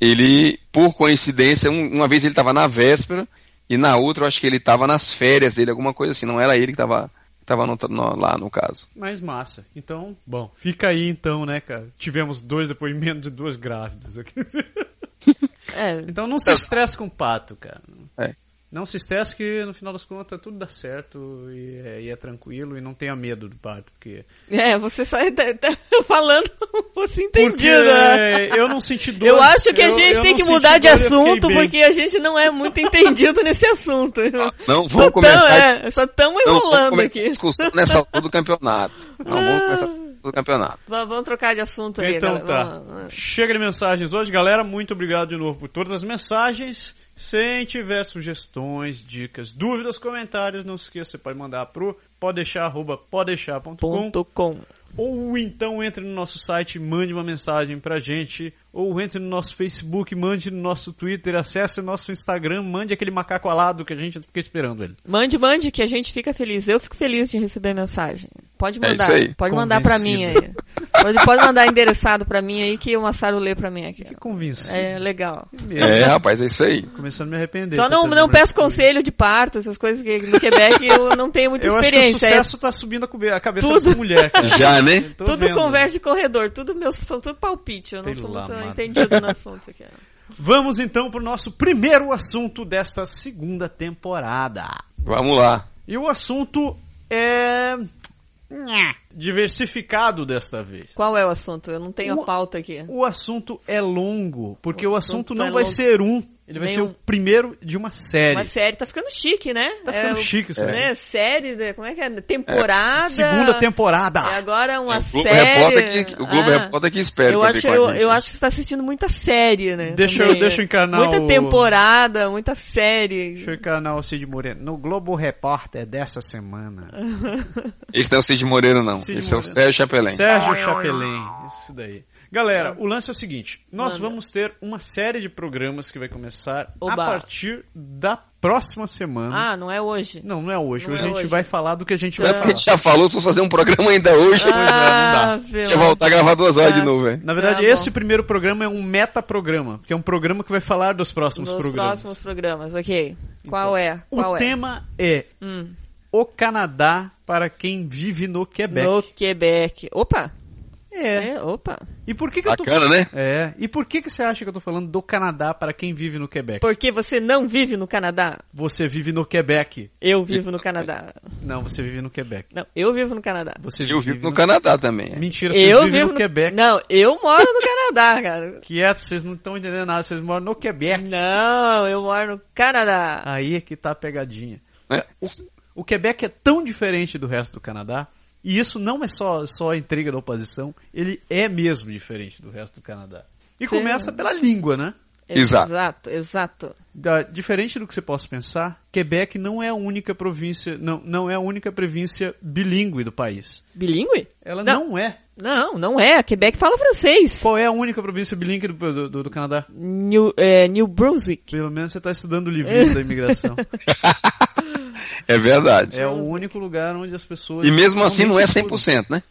Speaker 2: ele, por coincidência, um- uma vez ele estava na véspera e na outra eu acho que ele estava nas férias dele, alguma coisa assim. Não era ele que estava tava no- no- lá no caso.
Speaker 3: Mas massa. Então, bom, fica aí então, né, cara? Tivemos dois depoimentos de duas grávidas aqui.
Speaker 6: É,
Speaker 3: Então não se estresse com o pato, cara.
Speaker 2: É.
Speaker 3: Não se estresse que no final das contas tudo dá certo e é, e é tranquilo e não tenha medo do pato, porque...
Speaker 6: é, você sai da- da- falando como fosse entendido.
Speaker 3: Porque
Speaker 6: né?
Speaker 3: é, eu não senti dor.
Speaker 6: Eu acho que a
Speaker 3: eu-
Speaker 6: gente
Speaker 3: eu
Speaker 6: tem
Speaker 3: não
Speaker 6: que
Speaker 3: senti
Speaker 6: mudar de
Speaker 3: dor, eu fiquei
Speaker 6: assunto,
Speaker 3: bem.
Speaker 6: porque a gente não é muito entendido nesse assunto.
Speaker 2: Não
Speaker 6: Só
Speaker 2: vamos começar.
Speaker 6: tão, é, só tão
Speaker 2: Não Então, vamos
Speaker 6: enrolando
Speaker 2: começar
Speaker 6: aqui.
Speaker 2: a discussão nessa altura do campeonato. Não vamos começar a discussão do campeonato.
Speaker 6: V- Vamos trocar de assunto aí,
Speaker 3: Então
Speaker 6: galera.
Speaker 3: tá.
Speaker 6: Vamos lá.
Speaker 3: Chega de mensagens hoje, galera. Muito obrigado de novo por todas as mensagens. Se tiver sugestões, dicas, dúvidas, comentários, não se esqueça, você pode mandar pro podeixar.podeixar.com
Speaker 6: Ponto com.
Speaker 3: ou então entre no nosso site, e mande uma mensagem pra gente, ou entre no nosso Facebook, mande no nosso Twitter, acesse nosso Instagram, mande aquele macaco alado que a gente fica esperando ele.
Speaker 6: Mande, mande, que a gente fica feliz. Eu fico feliz de receber mensagem. Pode
Speaker 2: É
Speaker 6: mandar.
Speaker 2: isso aí.
Speaker 6: Pode mandar pra mim aí.
Speaker 3: Convencido.
Speaker 6: Pode, pode mandar endereçado pra mim aí que o Massaro lê pra mim aqui.
Speaker 3: Que convencido.
Speaker 6: É legal.
Speaker 3: mesmo.
Speaker 2: É, rapaz, é isso aí.
Speaker 3: Começando a me arrepender.
Speaker 6: Só
Speaker 3: Tá
Speaker 6: não,
Speaker 3: tendo
Speaker 6: não
Speaker 3: mais-
Speaker 6: peço conselho de parto, essas coisas que no Quebec eu não tenho muita
Speaker 3: Eu acho que o
Speaker 6: experiência. é
Speaker 3: sucesso tá subindo a cabe- a cabeça
Speaker 6: Tudo.
Speaker 3: dessa mulher, cara.
Speaker 2: Já, né?
Speaker 3: Tô
Speaker 6: é tudo
Speaker 3: vendo.
Speaker 6: conversa de corredor, tudo meus, são tudo palpite, eu não sou
Speaker 3: Pela
Speaker 6: muito
Speaker 3: amada.
Speaker 6: entendido no assunto aqui.
Speaker 3: Vamos então pro nosso primeiro assunto desta segunda temporada.
Speaker 2: Vamos lá.
Speaker 3: E o assunto é. diversificado desta vez.
Speaker 6: Qual é o assunto? Eu não tenho
Speaker 3: O-
Speaker 6: a pauta aqui.
Speaker 3: O assunto é longo, porque o, assunto
Speaker 6: assunto
Speaker 3: não
Speaker 6: é
Speaker 3: vai
Speaker 6: longo.
Speaker 3: ser um, ele vai
Speaker 6: Nem
Speaker 3: ser
Speaker 6: um.
Speaker 3: o primeiro de uma série.
Speaker 6: Uma série tá ficando chique, né?
Speaker 3: Tá ficando
Speaker 6: o-
Speaker 3: chique isso aí.
Speaker 6: né? Série, né? como é que é? Temporada.
Speaker 3: Segunda temporada.
Speaker 6: E agora uma
Speaker 2: É, o Globo
Speaker 6: série.
Speaker 2: Repórter que, o Globo
Speaker 6: Tá Ah,
Speaker 2: Repórter que espera
Speaker 6: eu
Speaker 2: pra
Speaker 6: acho,
Speaker 2: ver com a
Speaker 6: eu,
Speaker 2: gente. né?
Speaker 6: eu acho que você tá assistindo muita série, né?
Speaker 3: Deixa eu- deixa eu encarnar
Speaker 6: Muita
Speaker 3: o-
Speaker 6: temporada, muita série.
Speaker 3: Deixa eu encanar o Cid Moreno. No Globo Repórter dessa semana.
Speaker 2: Esse não é o Cid Moreira, não.
Speaker 3: Cid
Speaker 2: Esse é
Speaker 3: Moreira.
Speaker 2: o Sérgio Chapelém.
Speaker 3: Sérgio Chapelin. Isso daí. Galera, o lance é o seguinte: nós vamos ter uma série de programas que vai começar a
Speaker 6: Oba.
Speaker 3: partir da próxima semana.
Speaker 6: Ah, não é hoje.
Speaker 3: Não, não é hoje.
Speaker 6: Não
Speaker 3: hoje
Speaker 6: é
Speaker 3: a gente
Speaker 6: hoje.
Speaker 3: vai falar do que a gente
Speaker 2: Não é
Speaker 3: vai
Speaker 2: porque a
Speaker 3: falar.
Speaker 2: gente já falou, se eu fazer um programa ainda hoje,
Speaker 3: é,
Speaker 6: ah,
Speaker 2: a
Speaker 6: pelo-
Speaker 2: gente vai voltar a gravar duas horas de novo, velho.
Speaker 3: Na verdade,
Speaker 6: Tá bom.
Speaker 3: esse primeiro programa é um metaprograma, que é um programa que vai falar dos próximos
Speaker 6: Nos
Speaker 3: programas. Então,
Speaker 6: próximos programas, ok. Qual é?
Speaker 3: O
Speaker 6: Qual é?
Speaker 3: tema é
Speaker 6: Hum.
Speaker 3: o Canadá para quem vive no é Quebec.
Speaker 6: No Quebec. Opa!
Speaker 3: É.
Speaker 6: É, opa.
Speaker 3: E por que, que eu tô
Speaker 2: Bacana, né?
Speaker 3: É. E por que, que você acha que eu tô falando do Canadá para quem vive no Quebec?
Speaker 6: Porque você não vive no Canadá.
Speaker 3: Você vive no Quebec.
Speaker 6: Eu vivo no Canadá.
Speaker 3: Não, você vive no Quebec.
Speaker 6: Não, eu vivo no Canadá.
Speaker 3: Você
Speaker 2: Eu vivo no Canadá também. é.
Speaker 3: Mentira, vocês
Speaker 6: Eu
Speaker 3: vivem
Speaker 6: vivo
Speaker 3: no, Quebec.
Speaker 6: Não, eu moro no Canadá, cara.
Speaker 3: Quieto, vocês não estão entendendo nada, vocês moram no Quebec.
Speaker 6: Não, eu moro no Canadá.
Speaker 3: Aí é que tá a pegadinha.
Speaker 2: Né?
Speaker 3: O Quebec é tão diferente do resto do Canadá, e isso não é só, só intriga da oposição, ele é mesmo diferente do resto do Canadá. E
Speaker 6: Sim.
Speaker 3: começa pela língua, né?
Speaker 2: Exato.
Speaker 6: Exato, exato.
Speaker 3: Da- diferente do que você possa pensar, Quebec não é a única província, não, não é a única província bilíngue do país.
Speaker 6: Bilingue?
Speaker 3: Ela
Speaker 6: Não.
Speaker 3: não, é.
Speaker 6: Não, não é. Quebec fala francês.
Speaker 3: Qual é a única província bilíngue do, do, do- do Canadá?
Speaker 6: New, é, New Brunswick.
Speaker 3: Pelo menos você está estudando o livrinho da imigração.
Speaker 2: É verdade.
Speaker 3: É o único lugar onde as pessoas.
Speaker 2: E mesmo assim não é
Speaker 3: realmente estudam.
Speaker 2: 100%, né?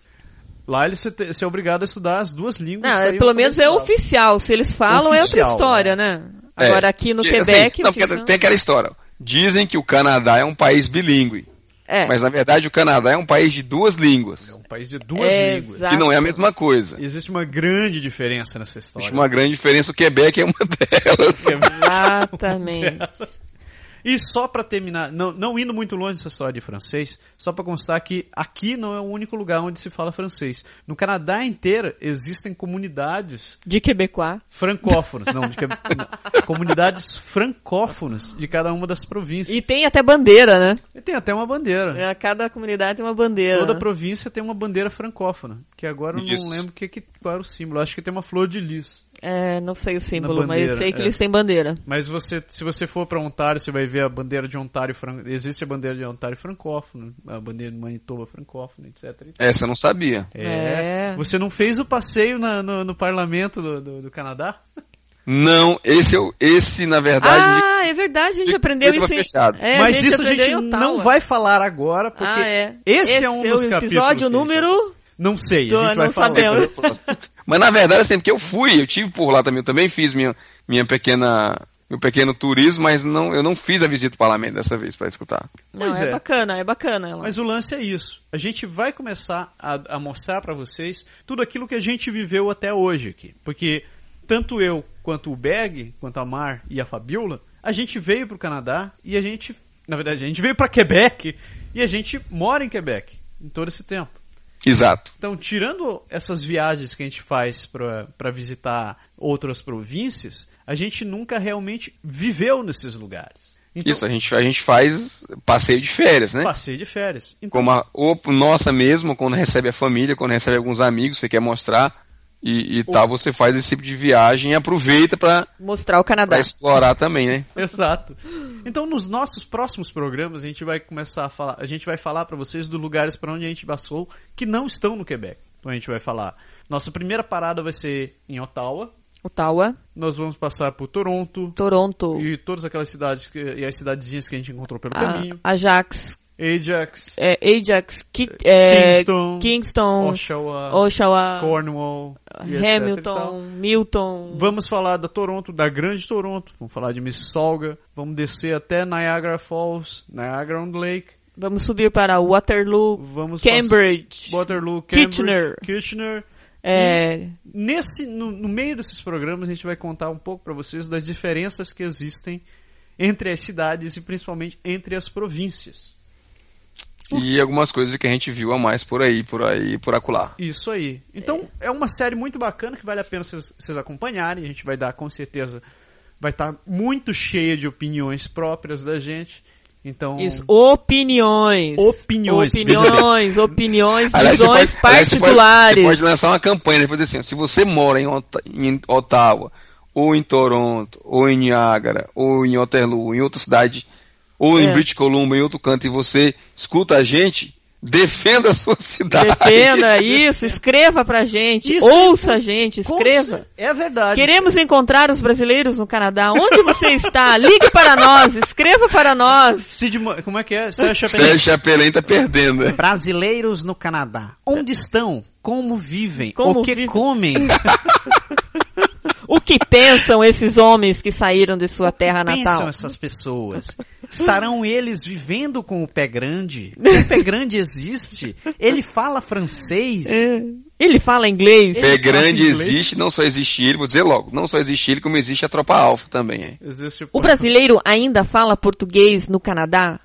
Speaker 3: Lá ele- você te- você é obrigado a estudar as duas línguas.
Speaker 6: Não,
Speaker 3: sair
Speaker 6: pelo menos é
Speaker 3: alfabetizado.
Speaker 6: oficial. Se eles falam, é outra
Speaker 3: Oficial,
Speaker 6: história, né? Agora
Speaker 2: É.
Speaker 6: aqui no
Speaker 2: Porque, assim,
Speaker 6: Quebec.
Speaker 2: não, porque
Speaker 6: oficial-
Speaker 2: tem aquela história. Dizem que o Canadá é um país bilíngue.
Speaker 6: É.
Speaker 2: Mas na verdade o Canadá é um país de duas línguas.
Speaker 3: Um país de duas
Speaker 6: É,
Speaker 3: línguas.
Speaker 6: exato.
Speaker 2: Que não é a mesma coisa.
Speaker 3: Existe uma grande diferença nessa história.
Speaker 2: Existe uma grande diferença, o Quebec é uma delas.
Speaker 6: Exatamente.
Speaker 3: E só pra terminar, não, não indo muito longe dessa história de francês, só pra constar que aqui não é o único lugar onde se fala francês. No Canadá inteiro existem comunidades
Speaker 6: De Quebecois.
Speaker 3: francófonas, não, de que- não, comunidades francófonas de cada uma das províncias.
Speaker 6: E tem até bandeira, né?
Speaker 3: E tem até uma bandeira.
Speaker 6: É, Cada comunidade tem uma bandeira.
Speaker 3: Toda
Speaker 6: né?
Speaker 3: província tem uma bandeira francófona, que agora eu
Speaker 2: Isso.
Speaker 3: não lembro o que, que- qual era o símbolo. Acho que tem uma flor de lis.
Speaker 6: É, não sei o símbolo, mas
Speaker 3: bandeira,
Speaker 6: eu sei que
Speaker 3: é.
Speaker 6: eles têm bandeira.
Speaker 3: Mas você, se você for para Ontário, você vai ver a bandeira de Ontário fran... existe a bandeira de Ontário francófona, a bandeira de Manitoba francófona, etc. e tal.
Speaker 2: Essa eu não sabia.
Speaker 6: É.
Speaker 3: Você não fez o passeio na- no, no parlamento do, do- do Canadá?
Speaker 2: Não, esse eu, esse na verdade
Speaker 6: Ah, é verdade, a gente
Speaker 2: de-
Speaker 6: aprendeu
Speaker 2: de-
Speaker 6: isso. em-
Speaker 2: fechado.
Speaker 6: É,
Speaker 3: Mas isso a
Speaker 6: aprendeu
Speaker 3: gente
Speaker 6: em Ottawa.
Speaker 3: não vai falar agora, porque
Speaker 6: Ah, é.
Speaker 3: esse, é um dos
Speaker 6: o
Speaker 3: capítulos. que a
Speaker 6: episódio
Speaker 3: gente
Speaker 6: número.
Speaker 3: Não sei,
Speaker 6: Tô,
Speaker 3: a gente vai
Speaker 6: não
Speaker 3: falar.
Speaker 6: sabemos.
Speaker 2: Mas na verdade, assim, porque eu fui, eu tive por lá também, eu também fiz minha, minha pequena, meu pequeno turismo, mas não, eu não fiz a visita ao parlamento dessa vez para escutar.
Speaker 6: Não,
Speaker 3: Pois
Speaker 6: é,
Speaker 3: é.
Speaker 6: bacana, é bacana ela.
Speaker 3: Mas o lance é isso. A gente vai começar a, a mostrar pra vocês tudo aquilo que a gente viveu até hoje aqui. Porque tanto eu quanto o Berg, quanto a Mar e a Fabiola, a gente veio pro Canadá e a gente, na verdade, a gente veio pra Quebec e a gente mora em Quebec em todo esse tempo.
Speaker 2: Exato.
Speaker 3: Então, tirando essas viagens que a gente faz pra pra visitar outras províncias, a gente nunca realmente viveu nesses lugares. Então,
Speaker 2: Isso, a gente, a gente faz passeio de férias, né?
Speaker 3: passei de férias. Então,
Speaker 2: Como a, ou nossa mesmo, quando recebe a família, quando recebe alguns amigos, você quer mostrar e, e tal, você faz esse tipo de viagem e aproveita para
Speaker 6: Mostrar o Canadá.
Speaker 2: explorar também, né?
Speaker 3: Exato. Então, nos nossos próximos programas, a gente vai começar a falar, a gente vai falar para vocês dos lugares para onde a gente passou que não estão no Quebec. Então, a gente vai falar. Nossa primeira parada vai ser em Ottawa.
Speaker 6: Ottawa,
Speaker 3: Nós vamos passar por Toronto
Speaker 6: Toronto,
Speaker 3: e todas aquelas cidades que- e as cidadezinhas que a gente encontrou pelo
Speaker 6: a-
Speaker 3: caminho.
Speaker 6: Ajax,
Speaker 3: Ajax,
Speaker 6: é, Ajax, Ki- é,
Speaker 3: Kingston,
Speaker 6: Kingston,
Speaker 3: Oshawa,
Speaker 6: Oshawa,
Speaker 3: Cornwall, então. e etc e tal.
Speaker 6: Ah, Hamilton, Milton.
Speaker 3: Vamos falar da Toronto, da Grande Toronto. Vamos falar de Mississauga. Vamos descer até Niagara Falls, Niagara on the Lake.
Speaker 6: Vamos subir para Waterloo,
Speaker 3: Vamos Pass...
Speaker 6: Cambridge,
Speaker 3: Waterloo, Cambridge,
Speaker 6: Kitchener.
Speaker 3: Kitchener. Hum?
Speaker 6: é,
Speaker 3: Nesse, no, no meio desses programas a gente vai contar um pouco para vocês das diferenças que existem entre as cidades e principalmente entre as províncias.
Speaker 2: E algumas coisas que a gente viu a mais por aí, por aí, por acolá.
Speaker 3: Isso aí. Então é, uma série muito bacana que vale a pena vocês vocês acompanharem. A gente vai dar com certeza. Vai estar muito cheia de opiniões próprias da gente. Então.
Speaker 6: Isso,
Speaker 2: Hum.
Speaker 6: opiniões.
Speaker 3: Opiniões.
Speaker 6: Opiniões, opiniões,
Speaker 2: Aliás, você
Speaker 6: visões
Speaker 2: pode- aliás, você pode-
Speaker 6: particulares.
Speaker 2: Você pode lançar uma campanha, depois dizer assim, ó, se você mora em, Ota- em Ottawa, ou em Toronto, ou em Niágara, ou em Waterloo, em outra cidade, ou em
Speaker 6: É.
Speaker 2: British Columbia, em outro canto, e você escuta a gente, defenda a sua cidade.
Speaker 6: Defenda isso, escreva pra gente,
Speaker 3: Isso,
Speaker 6: ouça a gente, escreva.
Speaker 3: É verdade.
Speaker 6: Queremos encontrar os brasileiros no Canadá. Onde você está? Ligue para nós, escreva para nós.
Speaker 3: Cid, Mo- como é que é? Sérgio Chapelin.
Speaker 2: Sérgio Chapelin tá perdendo. né?
Speaker 3: Brasileiros no Canadá. Onde estão? Como vivem?
Speaker 6: Como
Speaker 3: o que
Speaker 6: vivem?
Speaker 3: comem?
Speaker 6: O que pensam esses homens que saíram de sua terra
Speaker 3: pensam
Speaker 6: natal?
Speaker 3: essas pessoas? Estarão eles vivendo com o pé grande? O pé grande existe? Ele fala francês?
Speaker 6: É. Ele tá fala inglês.
Speaker 2: Pé É grande
Speaker 3: inglês.
Speaker 2: existe, não só existe ele, vou dizer logo, não só existe ele, como existe a tropa alfa também. hein?
Speaker 3: Existe
Speaker 6: O brasileiro ainda fala português no Canadá?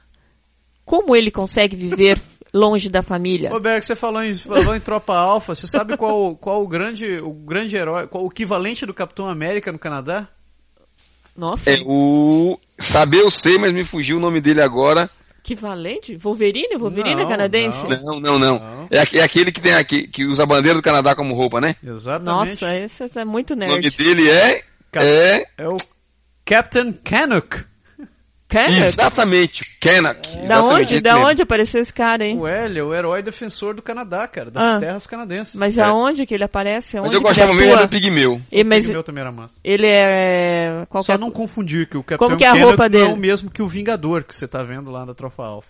Speaker 6: Como ele consegue viver longe da família?
Speaker 3: Ô, Berg, você falou em, falou em Tropa Alfa. Você sabe qual, qual o grande o grande herói, qual o equivalente do Capitão América no Canadá?
Speaker 6: Nossa,
Speaker 2: É o... Saber eu sei, mas me fugiu o nome dele agora.
Speaker 6: que valente! Wolverine? Wolverine
Speaker 3: Não,
Speaker 6: é canadense?
Speaker 3: não.
Speaker 2: Não, não, não.
Speaker 3: Não.
Speaker 2: É, aque- é aquele que tem aqui, que usa a bandeira do Canadá como roupa, né?
Speaker 3: Exatamente.
Speaker 6: Nossa, esse é muito
Speaker 2: O nome
Speaker 6: nerd.
Speaker 2: dele é.
Speaker 3: Cap-
Speaker 2: É.
Speaker 3: É o Captain Canuck.
Speaker 6: Cara,
Speaker 2: Exatamente, Kenak.
Speaker 6: É da
Speaker 2: exatamente
Speaker 6: onde,
Speaker 2: esse
Speaker 6: da
Speaker 2: mesmo.
Speaker 6: onde apareceu esse cara, hein?
Speaker 3: O L é o herói defensor do Canadá, cara, das
Speaker 6: Ah.
Speaker 3: terras canadenses.
Speaker 6: Mas
Speaker 2: É.
Speaker 6: aonde que ele aparece? Aonde
Speaker 2: Mas eu
Speaker 6: que é ele
Speaker 2: gostava mesmo é
Speaker 6: atua?
Speaker 2: do Pigmeu.
Speaker 6: E, mas
Speaker 3: O meu também era massa.
Speaker 6: ele é... Qual que
Speaker 3: Só
Speaker 6: é-
Speaker 3: não confundir que o Capitão
Speaker 6: Como que é a
Speaker 3: Canuck
Speaker 6: roupa
Speaker 3: não
Speaker 6: dele?
Speaker 3: é o mesmo que o Vingador que você tá vendo lá da Tropa Alfa.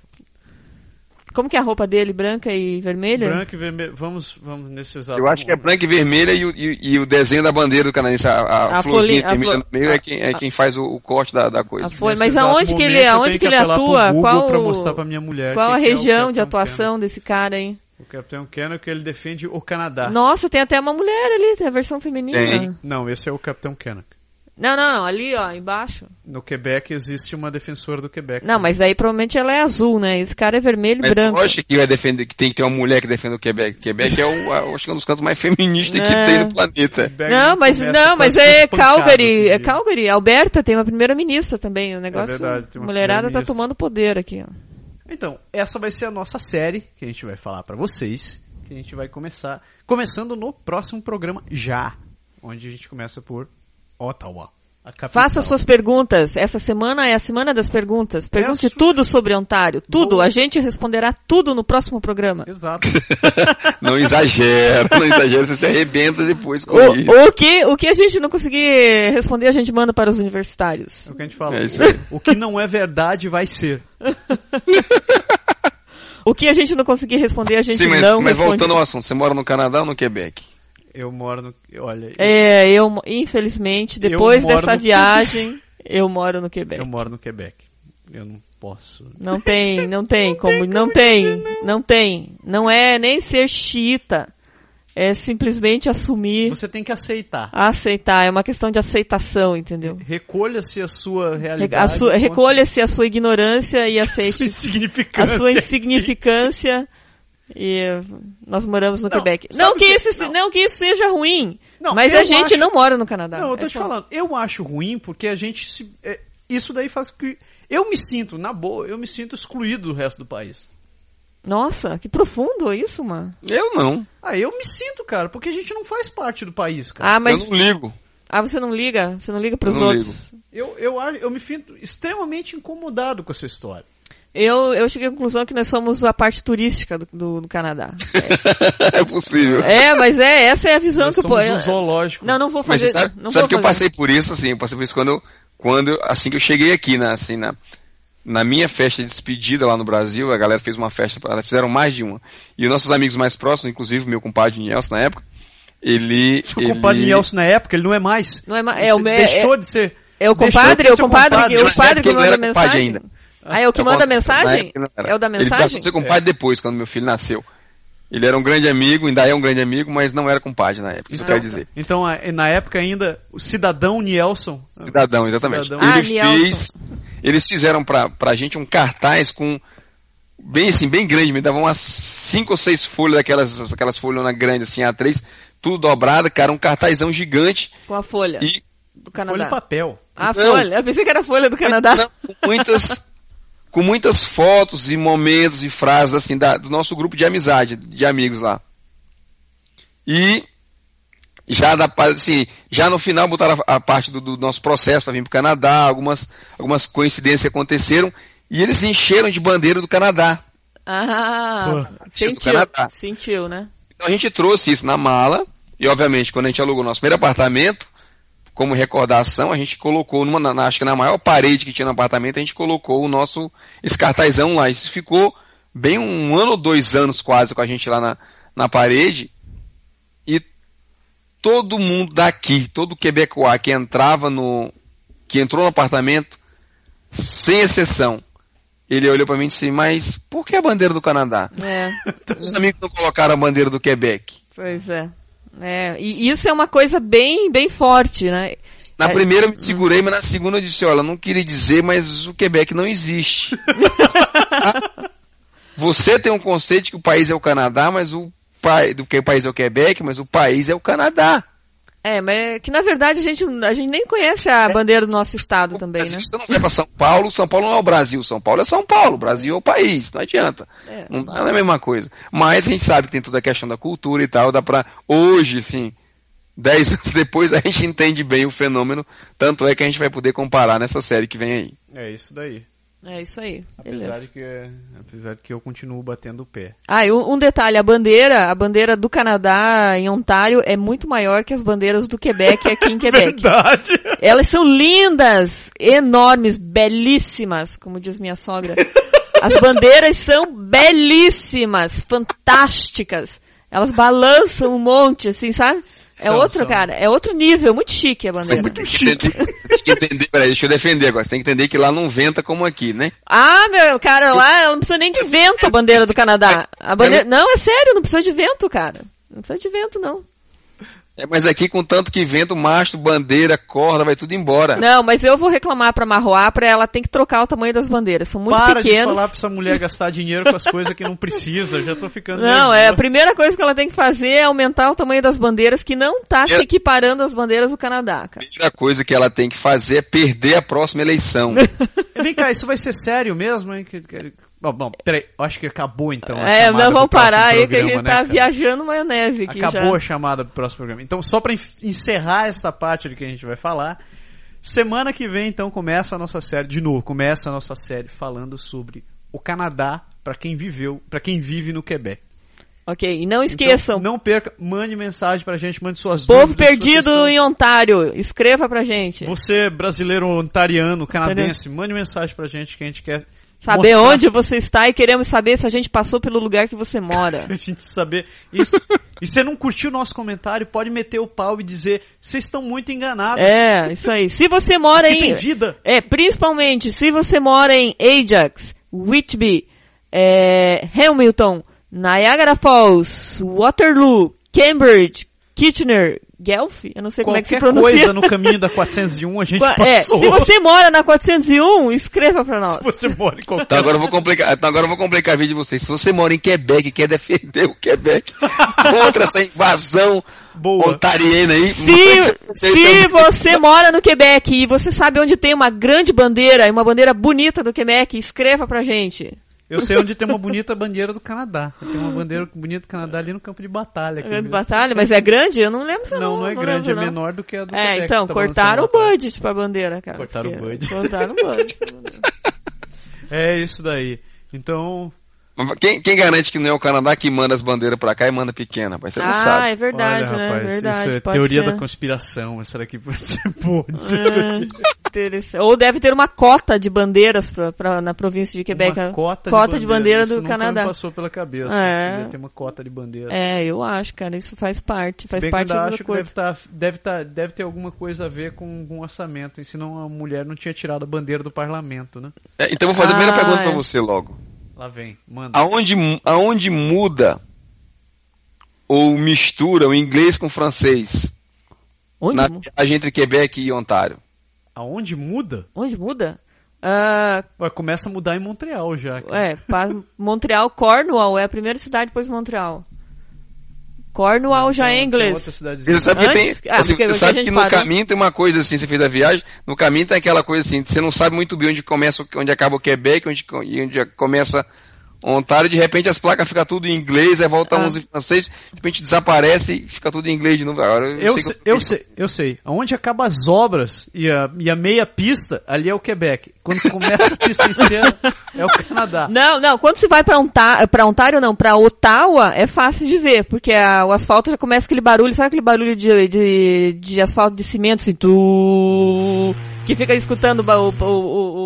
Speaker 6: Como que é a roupa dele? Branca e vermelha?
Speaker 3: Branco e vermelho. Vamos, vamos nesse exato
Speaker 2: Eu acho que é branca e vermelha e, o- e- e o desenho da bandeira do canadense, a, a,
Speaker 6: A
Speaker 2: florzinha
Speaker 6: folhinha- a
Speaker 2: vermelha
Speaker 6: flor-
Speaker 2: no meio
Speaker 6: a-
Speaker 2: é quem, é quem faz o, o corte da, da coisa.
Speaker 6: Ah, foi,
Speaker 3: Nesse
Speaker 6: mas
Speaker 3: exato
Speaker 6: aonde que ele,
Speaker 3: momento eu
Speaker 6: aonde
Speaker 3: tenho
Speaker 6: que ele
Speaker 3: apelar pro
Speaker 6: atua?
Speaker 3: Google
Speaker 6: Qual,
Speaker 3: pra
Speaker 6: o-
Speaker 3: mostrar pra minha mulher
Speaker 6: qual a
Speaker 3: quem que é o
Speaker 6: região de
Speaker 3: Capitão
Speaker 6: atuação desse cara, hein?
Speaker 3: Canuck. O Capitão Canuck, ele defende o Canadá.
Speaker 6: Nossa, tem até uma mulher ali, tem a versão feminina.
Speaker 2: Tá. Tem.
Speaker 3: Não, esse é o Capitão Canuck.
Speaker 6: Não, não, não, ali, ó, embaixo.
Speaker 3: No Quebec existe uma defensora do Quebec.
Speaker 6: Não, mas aí provavelmente ela é azul, né? Esse cara é vermelho e
Speaker 2: Mas
Speaker 6: branco.
Speaker 2: lógico que vai defender, que tem que ter uma mulher que defenda o Quebec. Quebec é o, a- acho que é um dos cantos mais feministas que
Speaker 6: Não.
Speaker 2: tem no planeta.
Speaker 3: Quebec
Speaker 6: Não, mas
Speaker 3: começa
Speaker 6: não, mas
Speaker 3: quase
Speaker 6: é
Speaker 3: espancado,
Speaker 6: Calgary,
Speaker 3: inclusive.
Speaker 6: é Calgary, Alberta tem uma primeira-ministra também, o negócio,
Speaker 3: É verdade, tem uma
Speaker 6: mulherada tá
Speaker 3: primeira-ministra.
Speaker 6: tomando poder aqui, ó.
Speaker 3: Então, essa vai ser a nossa série que a gente vai falar pra vocês, que a gente vai começar começando no próximo programa já, onde a gente começa por Ottawa. A capital.
Speaker 6: Faça suas perguntas. Essa semana é a semana das perguntas. Pergunte
Speaker 3: Peço-
Speaker 6: tudo sobre Ontário,
Speaker 3: É
Speaker 6: tudo.
Speaker 3: Boa.
Speaker 6: A gente responderá tudo no próximo programa.
Speaker 3: Exato. é
Speaker 2: Não exagera, não exagera, você se arrebenta depois com isso.
Speaker 6: O, o que, o que a gente não conseguir responder, a gente manda para os universitários.
Speaker 3: É o que a gente fala.
Speaker 2: É isso aí.
Speaker 3: o que não é verdade vai ser.
Speaker 6: O que a gente não conseguir responder, a gente
Speaker 2: Sim, mas,
Speaker 6: não
Speaker 2: mas
Speaker 6: responde.
Speaker 2: voltando ao assunto, você mora no Canadá ou no Quebec?
Speaker 3: Eu moro no. Olha,
Speaker 6: É, eu, infelizmente,
Speaker 3: Eu
Speaker 6: depois
Speaker 3: moro
Speaker 6: dessa
Speaker 3: no-
Speaker 6: viagem, eu moro no Quebec.
Speaker 3: eu moro no Quebec. Eu não posso.
Speaker 6: Não tem, não tem como, não tem, não tem. Não é nem ser xiita. É simplesmente assumir,
Speaker 3: Você tem que aceitar.
Speaker 6: aceitar. É uma questão de aceitação, entendeu?
Speaker 3: Recolha-se a sua realidade.
Speaker 6: A sua-
Speaker 3: enquanto-
Speaker 6: Recolha-se a sua ignorância e
Speaker 3: sua
Speaker 6: aceite a
Speaker 3: insignificância.
Speaker 6: sua insignificância. E eh, nós moramos no
Speaker 3: Não,
Speaker 6: Quebec.
Speaker 3: sabe
Speaker 6: Não que,
Speaker 3: o quê?
Speaker 6: isso, se-
Speaker 3: Não.
Speaker 6: não. que isso seja ruim,
Speaker 3: Não,
Speaker 6: mas
Speaker 3: eu
Speaker 6: a gente
Speaker 3: acho-
Speaker 6: não mora no Canadá.
Speaker 3: Não, eu tô
Speaker 6: É
Speaker 3: te
Speaker 6: só-
Speaker 3: falando. Eu acho ruim porque a gente se. é, isso daí faz com que. Eu me sinto, na boa, eu me sinto excluído do resto do país.
Speaker 6: Nossa, que profundo isso, mano.
Speaker 2: Eu não.
Speaker 3: Ah, eu me sinto, cara, porque a gente não faz parte do país, cara.
Speaker 6: Ah, mas
Speaker 2: Eu não ligo.
Speaker 6: ah, você não liga? Você não liga pros
Speaker 2: Eu não
Speaker 6: outros?
Speaker 3: Eu, eu, a- eu me sinto extremamente incomodado com essa história.
Speaker 6: Eu, eu cheguei à conclusão que nós somos a parte turística do, do- do Canadá.
Speaker 2: é possível.
Speaker 6: É, mas é, essa é a visão
Speaker 3: Nós
Speaker 6: que eu
Speaker 3: somos
Speaker 6: eu-
Speaker 3: um zoológico.
Speaker 6: Não, não vou
Speaker 2: Mas
Speaker 6: fazer.
Speaker 2: você sabe,
Speaker 6: não
Speaker 2: sabe
Speaker 6: vou
Speaker 2: que eu
Speaker 6: fazer.
Speaker 2: passei por isso, assim, eu passei por isso quando eu, quando eu- assim que eu cheguei aqui, na, assim, na, na minha festa de despedida lá no Brasil, a galera fez uma festa, pra- elas fizeram mais de uma. E os nossos amigos mais próximos, inclusive meu compadre Nelson na época, ele...
Speaker 3: Seu
Speaker 2: ele-
Speaker 3: compadre Nelson na época, ele não é mais.
Speaker 6: Não é ma- é o me-
Speaker 3: Deixou de ser.
Speaker 6: É o
Speaker 3: deixou de
Speaker 6: compadre, é o
Speaker 3: ser
Speaker 6: compadre, que-
Speaker 2: compadre.
Speaker 6: o padre que
Speaker 2: Ele não
Speaker 6: manda
Speaker 2: era
Speaker 6: a
Speaker 2: compadre
Speaker 6: mensagem.
Speaker 2: ainda.
Speaker 6: Ah, é o que
Speaker 2: Eu
Speaker 6: manda a
Speaker 2: conto- na
Speaker 6: mensagem?
Speaker 2: época não era.
Speaker 6: É o da
Speaker 2: Ele passou a
Speaker 6: mensagem?
Speaker 2: ser compadre depois, quando meu filho nasceu. Ele era um grande amigo, ainda é um grande amigo, mas não era compadre na época, isso eu quero dizer.
Speaker 3: Então, a- na época ainda, o cidadão Nielsen.
Speaker 2: Cidadão, exatamente.
Speaker 3: Cidadão.
Speaker 6: Ah,
Speaker 2: Ele
Speaker 6: Nielson.
Speaker 2: fez. Eles fizeram pra, pra gente um cartaz com bem assim, bem grande, me dava umas cinco ou seis folhas daquelas, aquelas folhonas grandes assim, A3, tudo dobrada, cara, um cartazão gigante
Speaker 6: Com a folha
Speaker 2: e
Speaker 6: do
Speaker 3: Folha
Speaker 6: Canadá.
Speaker 3: e papel.
Speaker 6: A
Speaker 2: Não.
Speaker 6: folha. Eu pensei que era a folha do Canadá.
Speaker 2: Não, com muitas com muitas fotos e momentos e frases assim da- do nosso grupo de amizade, de amigos lá. E já da pa- assim, já no final botaram a, a parte do, do nosso processo para vir para o Canadá, algumas algumas coincidências aconteceram e eles se encheram de bandeira do Canadá.
Speaker 6: Ah,
Speaker 3: Pô,
Speaker 2: do
Speaker 6: sentiu,
Speaker 2: Canadá.
Speaker 6: sentiu, né?
Speaker 2: Então a gente trouxe isso na mala, e obviamente, quando a gente alugou nosso primeiro apartamento, como recordação, a gente colocou numa, na- na- acho que na maior parede que tinha no apartamento, a gente colocou o nosso esse cartazão lá. Isso ficou bem um ano ou dois anos quase com a gente lá na, na parede. E todo mundo daqui, todo quebecois que entrava no. que entrou no apartamento, sem exceção, ele olhou para mim e disse, mas por que a bandeira do Canadá? Então,
Speaker 6: É,
Speaker 2: Os amigos não colocaram a bandeira do Quebec.
Speaker 6: pois é. É, e isso é uma coisa bem, bem forte, né?
Speaker 2: Na
Speaker 6: É,
Speaker 2: primeira eu me segurei, mas na segunda eu disse, olha, não queria dizer, mas o Quebec não existe. Você tem um conceito de que o país é o Canadá, mas o pai, do que o país é o Quebec, mas o país é o Canadá.
Speaker 6: É, mas é que na verdade a gente, a gente nem conhece
Speaker 3: É.
Speaker 6: a bandeira do nosso estado também,
Speaker 2: Brasil,
Speaker 6: né?
Speaker 2: Você não vai para São Paulo, São Paulo não é o Brasil, São Paulo é São Paulo, Brasil é o país, não adianta.
Speaker 6: É.
Speaker 2: Não dá não é a mesma coisa. Mas a gente sabe que tem toda a questão da cultura e tal, dá pra. Hoje, assim, 10 anos depois, a gente entende bem o fenômeno, tanto é que a gente vai poder comparar nessa série que vem aí.
Speaker 3: É isso daí.
Speaker 6: É isso aí.
Speaker 3: Apesar
Speaker 6: Beleza.
Speaker 3: de, que, apesar de que eu continuo batendo o pé.
Speaker 6: Ah, e um, um detalhe, a bandeira, a bandeira do Canadá em Ontário é muito maior que as bandeiras do Quebec aqui em Quebec.
Speaker 3: Verdade!
Speaker 6: Elas são lindas, enormes, belíssimas, como diz minha sogra. As bandeiras são belíssimas, fantásticas. Elas balançam um monte, assim, sabe? É
Speaker 3: São,
Speaker 6: outro,
Speaker 3: são.
Speaker 6: cara, é outro nível, muito chique a bandeira.
Speaker 2: Mas você tem que entender, tem que entender- peraí, deixa eu defender agora. Você tem que entender que lá não venta como aqui, né?
Speaker 6: Ah, meu, cara, lá não precisa nem de vento a bandeira do Canadá. A bandeira... Não, é sério, não precisa de vento, cara. Não precisa de vento, não.
Speaker 2: É, mas aqui, com tanto que vento, mastro, bandeira, corda, vai tudo embora.
Speaker 6: Não, mas eu vou reclamar pra Marroá pra ela tem que trocar o tamanho das bandeiras. São muito
Speaker 3: Para de
Speaker 6: pequenas.
Speaker 3: falar pra essa mulher gastar dinheiro com as coisas que não precisa, já tô ficando.
Speaker 6: Não, é, a
Speaker 3: nervoso.
Speaker 6: primeira coisa que ela tem que fazer é aumentar o tamanho das bandeiras, que não tá se
Speaker 2: Eu-
Speaker 6: equiparando às bandeiras do Canadá,
Speaker 2: A
Speaker 6: cara.
Speaker 2: primeira coisa que ela tem que fazer é perder a próxima eleição.
Speaker 3: Vem cá, isso vai ser sério mesmo, hein? Que- que- Bom, bom, peraí, acho que acabou então. a
Speaker 6: É,
Speaker 3: chamada
Speaker 6: não,
Speaker 3: do
Speaker 6: vamos
Speaker 3: próximo
Speaker 6: parar aí que a
Speaker 3: programa,
Speaker 6: gente
Speaker 3: né,
Speaker 6: tá
Speaker 3: cara?
Speaker 6: viajando maionese aqui
Speaker 3: Acabou a
Speaker 6: já.
Speaker 3: chamada do próximo programa. Então, só para encerrar essa parte do que a gente vai falar, semana que vem, então, começa a nossa série, de novo, começa a nossa série falando sobre o Canadá para quem viveu, para quem vive no Quebec.
Speaker 6: Ok, e
Speaker 3: Então,
Speaker 6: não esqueçam,
Speaker 3: não perca, mande mensagem pra gente, mande suas
Speaker 6: povo
Speaker 3: dúvidas. sua
Speaker 6: perdido
Speaker 3: questão.
Speaker 6: em Ontário, escreva pra gente.
Speaker 3: Você, brasileiro, ontariano, canadense, mande mensagem pra gente que a gente quer
Speaker 6: Saber
Speaker 3: mostrar
Speaker 6: onde você está e queremos saber se a gente passou pelo lugar que você mora.
Speaker 3: pra gente saber isso. e se não curtiu o nosso comentário, pode meter o pau e dizer, vocês estão muito enganados.
Speaker 6: é, isso aí. Se você mora
Speaker 3: Aqui
Speaker 6: em.
Speaker 3: tem vida.
Speaker 6: É, principalmente se você mora em Ajax, Whitby, é, Hamilton, Niagara Falls, Waterloo, Cambridge, Kitchener, Guelph, eu não sei como é que se
Speaker 3: Qualquer
Speaker 6: pronuncia.
Speaker 3: coisa no caminho da 401 a gente
Speaker 6: Qua-
Speaker 3: passou.
Speaker 6: é, se você mora na 401, escreva pra nós.
Speaker 3: Se você mora em qualquer...
Speaker 2: Então agora eu vou complicar, então agora eu vou complicar a vida de vocês. Se você mora em Quebec e quer defender o Quebec contra essa invasão
Speaker 3: Boa.
Speaker 2: ontariana aí,
Speaker 6: Se,
Speaker 2: você também-
Speaker 6: se você mora no Quebec e você sabe onde tem uma grande bandeira, e uma bandeira bonita do Quebec, escreva pra gente.
Speaker 3: Eu sei onde tem uma bonita bandeira do Canadá. Tem uma bandeira bonita do Canadá ali no campo de batalha. aqui
Speaker 6: Grande
Speaker 3: mesmo.
Speaker 6: batalha, mas é grande? Eu não lembro se eu
Speaker 3: Não, não é grande,
Speaker 6: lembro,
Speaker 3: é
Speaker 6: não.
Speaker 3: menor do que a do Quebec.
Speaker 6: É,
Speaker 3: que
Speaker 6: então,
Speaker 3: tá
Speaker 6: cortaram o
Speaker 3: balançando lá
Speaker 6: budget pra bandeira, cara.
Speaker 3: Cortaram o
Speaker 6: porque-
Speaker 3: budget.
Speaker 6: Cortaram o budget.
Speaker 3: atrás. É isso daí. Então,
Speaker 2: Quem, quem garante que não é o Canadá que manda as bandeiras pra cá e manda pequena, rapaz? Você não
Speaker 6: ah,
Speaker 2: sabe.
Speaker 6: é verdade,
Speaker 3: olha,
Speaker 6: né?
Speaker 3: rapaz,
Speaker 6: é verdade.
Speaker 3: isso é
Speaker 6: pode
Speaker 3: teoria
Speaker 6: ser.
Speaker 3: da conspiração. Será que você pode?
Speaker 6: É, interessante. Ou deve ter uma cota de bandeiras pra, pra- na província de Quebec.
Speaker 3: Uma cota,
Speaker 6: cota de bandeira,
Speaker 3: isso
Speaker 6: do
Speaker 3: nunca
Speaker 6: Canadá.
Speaker 3: me passou pela cabeça.
Speaker 6: É.
Speaker 3: Devia ter uma cota de bandeira.
Speaker 6: É, eu acho, cara. Isso faz parte.
Speaker 3: Se
Speaker 6: Faz
Speaker 3: bem
Speaker 6: parte
Speaker 3: que eu ainda
Speaker 6: do
Speaker 3: acho que deve,
Speaker 6: corpo.
Speaker 3: tá, deve, tá, deve ter alguma coisa a ver com algum orçamento, e senão a mulher não tinha tirado a bandeira do parlamento, né?
Speaker 2: É, então eu vou fazer a primeira
Speaker 6: Ah,
Speaker 2: pergunta pra
Speaker 6: é.
Speaker 2: você logo.
Speaker 3: Lá vem, manda.
Speaker 2: Aonde, mu- aonde muda ou mistura o inglês com o francês
Speaker 6: Onde,
Speaker 2: na
Speaker 6: mu-
Speaker 2: viagem entre Quebec e Ontário?
Speaker 3: Aonde muda?
Speaker 6: onde muda? Ah,
Speaker 3: Ué, começa a mudar em Montreal já. cara.
Speaker 6: é, pa- Montreal, Cornwall é a primeira cidade depois de Montreal. Cornwall já
Speaker 3: Tem
Speaker 6: é
Speaker 3: outra
Speaker 6: inglês.
Speaker 3: cidadezinha.
Speaker 2: Você sabe que tem.
Speaker 6: Antes- ah,
Speaker 2: você
Speaker 6: porque hoje a
Speaker 2: sabe
Speaker 6: gente
Speaker 2: que no
Speaker 6: para, né?
Speaker 2: caminho tem uma coisa assim, você fez a viagem, no caminho tem aquela coisa assim, você não sabe muito bem onde começa, o- onde acaba o Quebec, onde, co- e onde começa Ontário, de repente as placas ficam tudo em inglês, aí volta
Speaker 6: Ah.
Speaker 2: uns em francês, de repente desaparece e fica tudo em inglês de novo. Agora,
Speaker 3: Eu
Speaker 2: sei
Speaker 3: sei,
Speaker 2: que
Speaker 3: eu sei, eu sei. Onde acaba as obras e a, e a meia pista, ali é o Quebec. Quando começa a pista inteira, é o Canadá.
Speaker 6: Não, não, quando você vai pra, Onta pra Ontário, não, pra Ottawa, é fácil de ver, porque a- o asfalto já começa aquele barulho, sabe aquele barulho de, de, de asfalto de cimento, assim, tu, que fica escutando o, ba- o, o,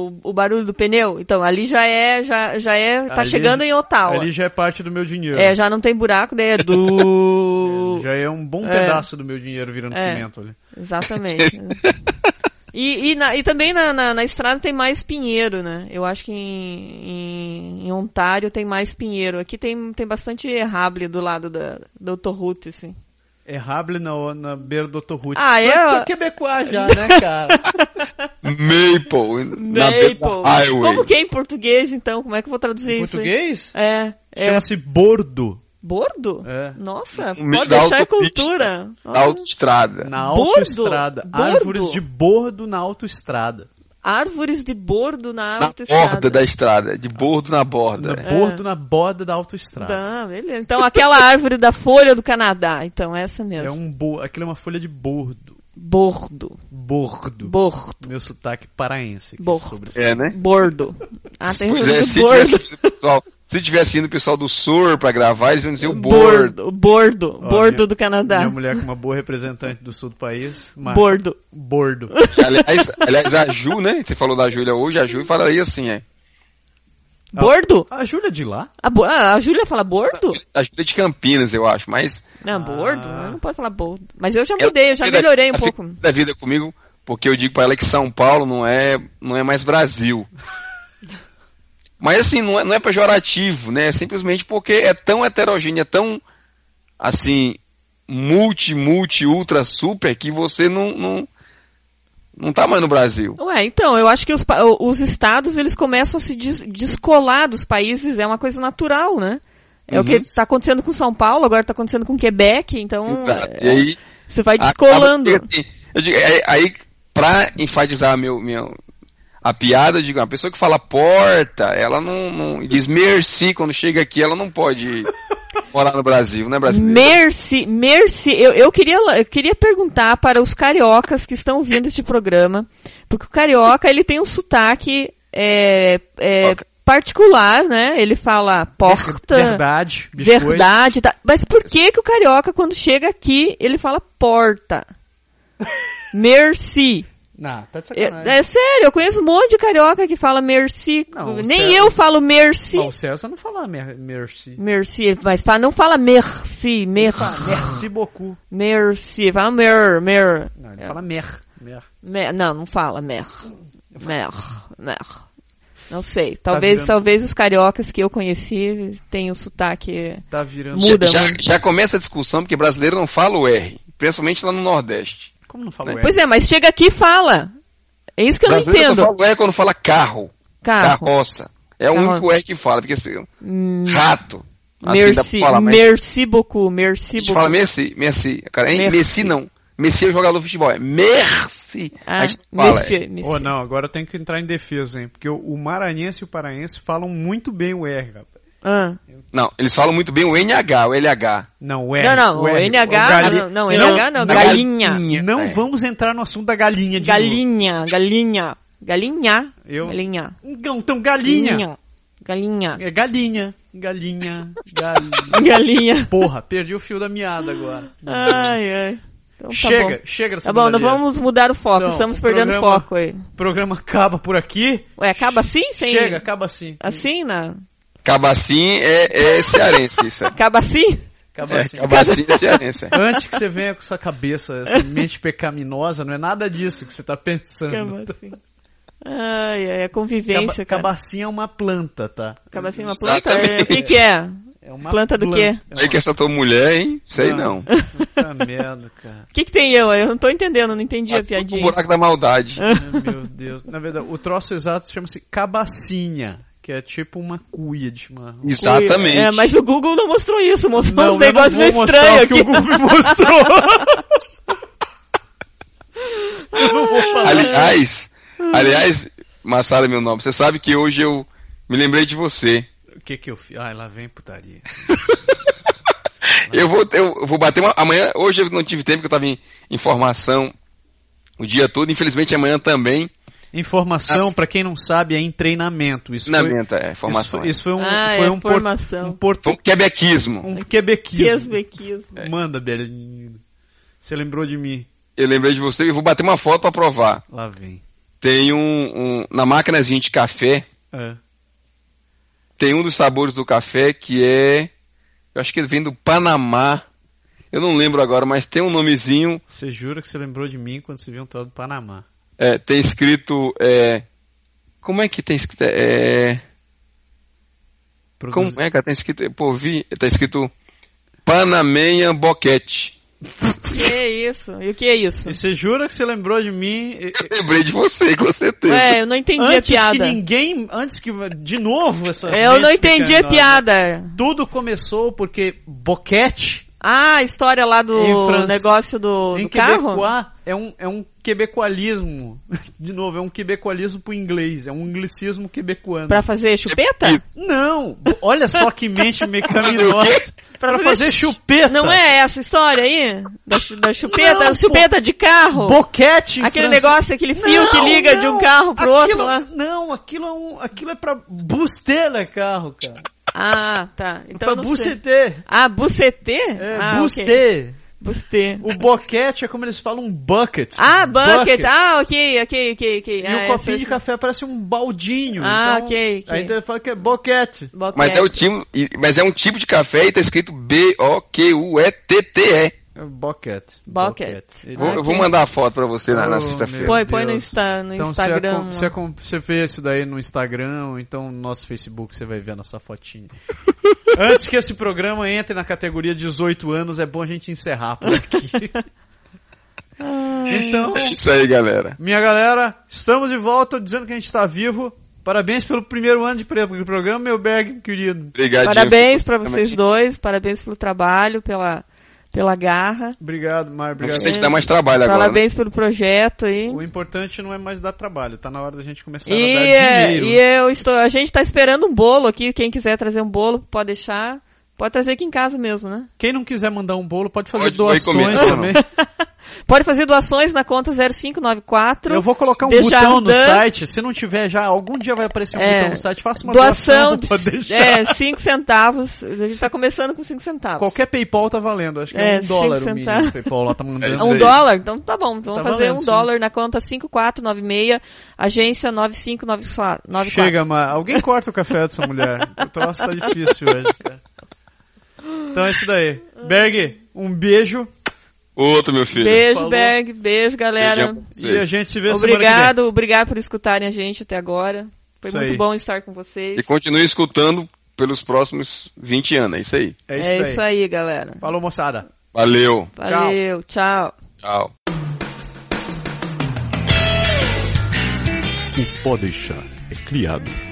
Speaker 6: o- o barulho do pneu? Então, ali já é, já, já é, tá
Speaker 3: Ali
Speaker 6: chegando
Speaker 3: já-
Speaker 6: em Ottawa.
Speaker 3: Ali já é parte do meu dinheiro.
Speaker 6: É, já não tem buraco, daí é do...
Speaker 3: Já é um bom
Speaker 6: É.
Speaker 3: pedaço do meu dinheiro virando
Speaker 6: É.
Speaker 3: cimento ali.
Speaker 6: Exatamente. E, e, na- e também na, na, na estrada tem mais pinheiro, né? Eu acho que em, em, em Ontário tem mais pinheiro. Aqui tem, tem bastante errable do lado da, da Autorroute, assim.
Speaker 3: É Hable na, na beira do Otorrute.
Speaker 6: Ah,
Speaker 3: Tu
Speaker 6: é?
Speaker 3: tu quebecois já, né, cara?
Speaker 2: Maple, na beira da
Speaker 6: Maple.
Speaker 2: Highway.
Speaker 6: Como que é em português, então? Como é que eu vou traduzir
Speaker 3: Em
Speaker 6: isso? aí?
Speaker 3: português?
Speaker 6: É. é
Speaker 3: Chama-se bordo.
Speaker 6: bordo?
Speaker 3: É.
Speaker 6: Nossa,
Speaker 2: No Um meio
Speaker 6: pode
Speaker 2: da
Speaker 6: deixar é
Speaker 2: autopista,
Speaker 6: cultura.
Speaker 2: Da autoestrada.
Speaker 3: Na
Speaker 6: Bordo?
Speaker 3: autoestrada.
Speaker 6: Bordo?
Speaker 3: Árvores de bordo na autoestrada.
Speaker 6: Árvores de bordo na
Speaker 2: Na
Speaker 6: autoestrada.
Speaker 2: borda da estrada, de bordo na borda.
Speaker 3: Na
Speaker 6: É.
Speaker 3: bordo na borda da autoestrada.
Speaker 6: Tá, beleza. Então aquela árvore da folha do Canadá. Então essa mesmo.
Speaker 3: É um bo... Aquilo é uma folha de bordo.
Speaker 6: Bordo.
Speaker 3: Bordo.
Speaker 6: Bordo.
Speaker 3: Meu sotaque paraense. aqui
Speaker 6: Bordo.
Speaker 3: sobre isso.
Speaker 2: É, né?
Speaker 6: Bordo. Ah, tem
Speaker 2: Pois
Speaker 6: um
Speaker 2: é,
Speaker 6: do
Speaker 2: se
Speaker 6: bordo.
Speaker 2: tivesse, ido o pessoal, se tivesse indo o pessoal do Sur pra gravar, eles iam dizer o bordo.
Speaker 6: Bordo. Bordo.
Speaker 3: Ó,
Speaker 6: bordo
Speaker 3: minha-
Speaker 6: do Canadá.
Speaker 3: Minha mulher com uma boa representante do sul do país. Mas...
Speaker 6: Bordo.
Speaker 3: Bordo.
Speaker 2: Aliás, aliás, a Ju, né? Você falou da Júlia hoje, a Ju falaria assim, é.
Speaker 6: Bordo?
Speaker 3: A Júlia é de lá?
Speaker 6: A, bo- ah, a Júlia fala bordo?
Speaker 2: A Júlia é de Campinas, eu acho, mas.
Speaker 3: Ah.
Speaker 6: Não, bordo? Eu não posso falar bordo. Mas eu já
Speaker 2: ela-
Speaker 6: mudei, eu já
Speaker 2: ela-
Speaker 6: melhorei um
Speaker 2: ela
Speaker 6: pouco.
Speaker 2: fica Da vida comigo, porque eu digo pra ela que São Paulo não é, não é mais Brasil. Mas assim, não é, não é pejorativo, né? É simplesmente porque é tão heterogêneo, é tão assim, multi, multi, ultra, super, que você não, não, não tá mais no Brasil.
Speaker 6: Ué, então, eu acho que os, pa- o- os estados, eles começam a se des- descolar dos países, é uma coisa natural, né? É o que
Speaker 2: Uhum.
Speaker 6: está acontecendo com São Paulo, agora está acontecendo com Quebec, então
Speaker 2: Exato. E
Speaker 6: é,
Speaker 2: aí,
Speaker 6: você vai
Speaker 2: Acaba-
Speaker 6: descolando.
Speaker 2: eu digo Ah, assim, eu digo, aí, aí, pra enfatizar meu, meu, a piada, eu digo, uma pessoa que fala porta, ela não, não- e diz merci quando chega aqui, ela não pode morar no Brasil, né, brasileiro?
Speaker 6: Merci, merci. Eu, eu, queria, eu queria perguntar para os cariocas que estão ouvindo este programa, porque o carioca ele tem um sotaque é, é,
Speaker 2: Porca.
Speaker 6: particular, né? Ele fala porta,
Speaker 3: Verdade. Biscoito.
Speaker 6: verdade. tá. Mas por que que o carioca quando chega aqui ele fala porta? Merci.
Speaker 3: Não, tá de
Speaker 6: É,
Speaker 3: sacanagem.
Speaker 6: é sério, eu conheço um monte de carioca que fala merci.
Speaker 3: Não,
Speaker 6: Nem
Speaker 3: sério.
Speaker 6: eu falo merci.
Speaker 3: Bom, o César não fala mer merci.
Speaker 6: Merci, mas fala, não fala merci, mer,
Speaker 3: Fala merci beaucoup.
Speaker 6: merci, fala mer, mer. É.
Speaker 3: Não, ele fala mer. mer.
Speaker 6: Mer- não, não fala mer. Mer, mer. Não sei. Talvez,
Speaker 3: Tá virando.
Speaker 6: talvez os cariocas que eu conheci tenham sotaque.
Speaker 3: Tá virando.
Speaker 6: Muda,
Speaker 2: já,
Speaker 6: muda.
Speaker 2: já começa a discussão porque brasileiro não fala o R, principalmente lá no Nordeste.
Speaker 3: Como não fala o R?
Speaker 6: Pois é, mas chega aqui e fala. É isso que eu não
Speaker 2: brasileiro
Speaker 6: entendo.
Speaker 2: só fala o R quando fala carro,
Speaker 6: Carro.
Speaker 2: carroça. É o
Speaker 6: Carro. Hum.
Speaker 2: único R que fala, porque assim, rato. Assim dá
Speaker 6: Merci,
Speaker 2: pra falar, mas
Speaker 6: merci beaucoup, merci
Speaker 2: A gente fala
Speaker 6: beaucoup.
Speaker 2: Messi, Messi. Cara, hein?
Speaker 6: Merci.
Speaker 2: Messi não. Messi é o jogador de futebol. É Merci.
Speaker 6: Ah,
Speaker 2: a gente fala. é.
Speaker 6: monsieur,
Speaker 3: Ô,
Speaker 6: monsieur.
Speaker 3: não, agora eu tenho que entrar em defesa, hein? Porque o, o maranhense e o paraense falam muito bem o R, rapaz.
Speaker 6: Ah.
Speaker 2: é. Não, eles falam muito bem o NH, o LH.
Speaker 3: Não, o R.
Speaker 6: Não, não, o
Speaker 3: R,
Speaker 6: NH,
Speaker 3: gali-
Speaker 6: não, não, NH não, galinha.
Speaker 3: Não
Speaker 2: É.
Speaker 3: vamos entrar no assunto da galinha de novo.
Speaker 6: Galinha, galinha, galinha,
Speaker 3: Eu-
Speaker 6: galinha,
Speaker 3: Então, então, galinha.
Speaker 6: galinha, galinha,
Speaker 3: É galinha. Galinha. Galinha.
Speaker 6: galinha.
Speaker 3: Porra, perdi o fio da meada agora.
Speaker 6: Ai, ai. Ah, Então, tá
Speaker 3: chega,
Speaker 6: bom.
Speaker 3: chega dessa
Speaker 6: Tá bom, não
Speaker 3: bandalheira.
Speaker 6: vamos mudar o foco,
Speaker 3: Então,
Speaker 6: estamos
Speaker 3: o
Speaker 6: perdendo o
Speaker 3: programa-
Speaker 6: foco aí.
Speaker 3: O programa acaba por aqui.
Speaker 6: Ué, acaba assim? Sem...
Speaker 3: Chega, acaba assim.
Speaker 6: Assim, né?
Speaker 2: Cabacim é, é cearense, isso é.
Speaker 6: Acaba assim?
Speaker 3: Acaba
Speaker 2: é
Speaker 3: assim.
Speaker 2: Cabacim é cearense. é.
Speaker 3: Antes que você venha com sua cabeça, essa mente pecaminosa, não é nada disso que você tá pensando.
Speaker 6: Acaba assim. Ai, ai, a convivência,
Speaker 3: Caba-
Speaker 6: cara.
Speaker 3: cabacinha é uma planta, tá?
Speaker 6: Acaba assim uma planta?
Speaker 2: Exatamente.
Speaker 6: É, O que que é?
Speaker 3: É uma
Speaker 6: Planta do quê?
Speaker 3: É
Speaker 2: Sei que essa tua mulher, hein? Sei não.
Speaker 3: uma... Puta merda, cara.
Speaker 6: O que, que tem eu? Eu não tô entendendo, não entendi a
Speaker 2: Tá tudo pro
Speaker 6: piadinha.
Speaker 2: buraco da maldade.
Speaker 3: Ai, Meu Deus. Na verdade, o troço exato chama-se cabacinha, que é tipo uma cuia de chimarrão.
Speaker 2: Exatamente.
Speaker 6: É, mas o Google não mostrou isso, mostrou
Speaker 3: Não, eu
Speaker 6: uns
Speaker 3: não
Speaker 6: negócios
Speaker 3: vou
Speaker 6: meio
Speaker 3: mostrar
Speaker 6: estranhos
Speaker 3: o que
Speaker 6: aqui.
Speaker 3: o Google me mostrou. eu não vou falar.
Speaker 2: Aliás, aliás, Massara, meu nome, você sabe que hoje eu me lembrei de você.
Speaker 3: O que que eu fiz? Ai, lá vem putaria.
Speaker 2: Eu vou, eu vou bater uma. Amanhã, hoje eu não tive tempo, que eu tava em, em formação o dia todo, infelizmente amanhã também.
Speaker 3: Informação,
Speaker 2: As-
Speaker 3: pra quem não sabe, é em treinamento. Isso
Speaker 2: Na
Speaker 3: foi,
Speaker 2: menta, é, formação.
Speaker 3: Isso, isso foi um,
Speaker 6: Ah,
Speaker 3: foi
Speaker 6: é
Speaker 3: um, por-
Speaker 6: formação.
Speaker 3: um, porto,
Speaker 2: Foi um quebequismo.
Speaker 3: um quebequismo. É.
Speaker 6: Quesbequismo.
Speaker 3: Manda, Belinho. Você lembrou de mim.
Speaker 2: Eu lembrei de você e vou bater uma foto pra provar.
Speaker 3: Lá vem.
Speaker 2: Tem um, um. Na máquinazinha de café,
Speaker 3: É.
Speaker 2: tem um dos sabores do café que é. Eu acho que ele vem do Panamá. Eu não lembro agora, mas tem um nomezinho.
Speaker 3: Você jura que você lembrou de mim quando você viu um tal do Panamá.
Speaker 2: É, tem escrito. É, como é que tem escrito? É, como
Speaker 3: Produzi-
Speaker 2: é que tem escrito? Pô, vi. Tá escrito Panamenha Boquete.
Speaker 6: Que isso? E o que é isso?
Speaker 3: E você jura que você lembrou de mim e- e-
Speaker 2: Lembrei de você, com certeza.
Speaker 6: Ué, eu não entendi
Speaker 3: antes
Speaker 6: a piada. É,
Speaker 3: que ninguém. Antes que. De novo essa.
Speaker 6: Eu não entendi a piada.
Speaker 3: Tudo começou porque boquete
Speaker 6: Ah, a história lá do
Speaker 3: Em França-
Speaker 6: negócio do,
Speaker 3: em
Speaker 6: do carro?
Speaker 3: quebecois é um, é um quebecoalismo. De novo, é um quebecoalismo pro inglês. É um anglicismo quebecoano.
Speaker 6: Pra fazer chupeta?
Speaker 3: Não! bo- Olha só que mente
Speaker 2: Fazer
Speaker 3: mecaminosa. pra fazer chupeta.
Speaker 6: Não é essa história aí? Da, chu- da chupeta?
Speaker 3: Não, pô.
Speaker 6: chupeta de carro?
Speaker 3: Boquete. em
Speaker 6: Aquele
Speaker 3: francês.
Speaker 6: negócio, aquele fio que
Speaker 3: Não,
Speaker 6: liga
Speaker 3: não,
Speaker 6: de um carro pro
Speaker 3: aquilo-
Speaker 6: outro lá.
Speaker 3: Não, aquilo é, um, aquilo é pra bustela carro, cara.
Speaker 6: Ah, tá. Então
Speaker 3: pra
Speaker 6: eu não sei.
Speaker 3: buceter.
Speaker 6: Ah, bucetê?
Speaker 3: É,
Speaker 6: ah, ok.
Speaker 3: buster.
Speaker 6: Bustê.
Speaker 3: O boquete é como eles falam, um bucket.
Speaker 6: Ah, bucket. Ah, ok, ok, ok, ok.
Speaker 3: E
Speaker 6: ah,
Speaker 3: o copinho
Speaker 6: essa-
Speaker 3: de café parece um baldinho.
Speaker 6: Ah,
Speaker 3: então,
Speaker 6: ok, ok.
Speaker 3: Aí então ele fala que é boquete.
Speaker 6: Boquete.
Speaker 2: Mas é, o tipo, e- mas é um tipo de café e tá escrito B-O-Q-U-E-T-T-E.
Speaker 3: É boquete.
Speaker 6: Bucket.
Speaker 3: Ele-
Speaker 2: Vou, eu vou mandar a foto pra você na, na sexta-feira.
Speaker 6: Pô,
Speaker 3: Meu
Speaker 6: põe no
Speaker 3: Deus.
Speaker 6: Insta- no
Speaker 3: então,
Speaker 6: Instagram,
Speaker 3: Então, você, acom- você vê isso daí no Instagram, ou então no nosso Facebook, você vai ver a nossa fotinha. Antes que esse programa entre na categoria 18 anos, é bom a gente encerrar por aqui.
Speaker 6: Ah,
Speaker 3: então,
Speaker 2: É isso aí, galera.
Speaker 3: minha galera, estamos de volta dizendo que a gente está vivo. Parabéns pelo primeiro ano de pre- programa, meu Berg, querido.
Speaker 2: Obrigado.
Speaker 6: Parabéns pra vocês dois, parabéns pelo trabalho, pela, pela garra.
Speaker 3: Obrigado, Mar.
Speaker 2: Não
Speaker 3: Obrigado.
Speaker 2: precisa te dar mais trabalho agora. né?
Speaker 6: Parabéns pelo projeto aí.
Speaker 3: O importante não é mais dar trabalho, tá na hora da gente começar
Speaker 6: E,
Speaker 3: a dar
Speaker 6: é,
Speaker 3: dinheiro.
Speaker 6: e eu estou, a gente tá esperando um bolo aqui. Quem quiser trazer um bolo, pode deixar. Pode trazer aqui em casa mesmo, né?
Speaker 3: Quem não quiser mandar um bolo, pode fazer
Speaker 2: Pode- pode comer,
Speaker 3: doações
Speaker 2: não, não.
Speaker 3: também.
Speaker 6: Pode fazer doações na conta 0594.
Speaker 3: Eu vou colocar um
Speaker 6: Deixa a
Speaker 3: botão no
Speaker 6: Ardan-
Speaker 3: site. Se não tiver já, algum dia vai aparecer um
Speaker 6: É,
Speaker 3: botão no site. Faça uma
Speaker 6: Doação
Speaker 3: doação,
Speaker 6: é. de
Speaker 3: pra deixar.
Speaker 6: 5 centavos. A gente tá começando com 5 centavos.
Speaker 3: Qualquer PayPal tá valendo. Acho que é,
Speaker 6: É,
Speaker 3: um
Speaker 6: cinco
Speaker 3: dólar o mínimo.
Speaker 6: centavos.
Speaker 3: O PayPal lá tá
Speaker 2: É
Speaker 3: mandando.
Speaker 2: isso
Speaker 6: Um
Speaker 2: aí.
Speaker 6: dólar? Então tá bom. Então
Speaker 3: Tá
Speaker 6: vamos fazer
Speaker 3: valendo,
Speaker 6: um
Speaker 3: sim.
Speaker 6: dólar na conta 5496, agência 9594.
Speaker 3: Chega, mas alguém corta o café dessa mulher. O troço tá difícil hoje, cara. Então é isso daí. Berg, um beijo.
Speaker 2: Outro, meu filho.
Speaker 6: Beijo,
Speaker 3: Falou.
Speaker 6: Berg. Beijo, galera.
Speaker 2: Beijão pra
Speaker 3: E
Speaker 2: vocês.
Speaker 3: a gente se vê semana que
Speaker 6: Obrigado, obrigado por escutarem a gente até agora. Foi
Speaker 3: Isso
Speaker 6: muito
Speaker 3: aí.
Speaker 6: bom estar com vocês.
Speaker 2: E continue escutando pelos próximos 20 anos. É isso aí.
Speaker 3: vem.
Speaker 6: É isso
Speaker 3: aí.
Speaker 6: aí, galera.
Speaker 3: Falou, moçada.
Speaker 2: Valeu.
Speaker 6: Valeu, tchau.
Speaker 2: Tchau.
Speaker 1: O Pó Deixar é criado,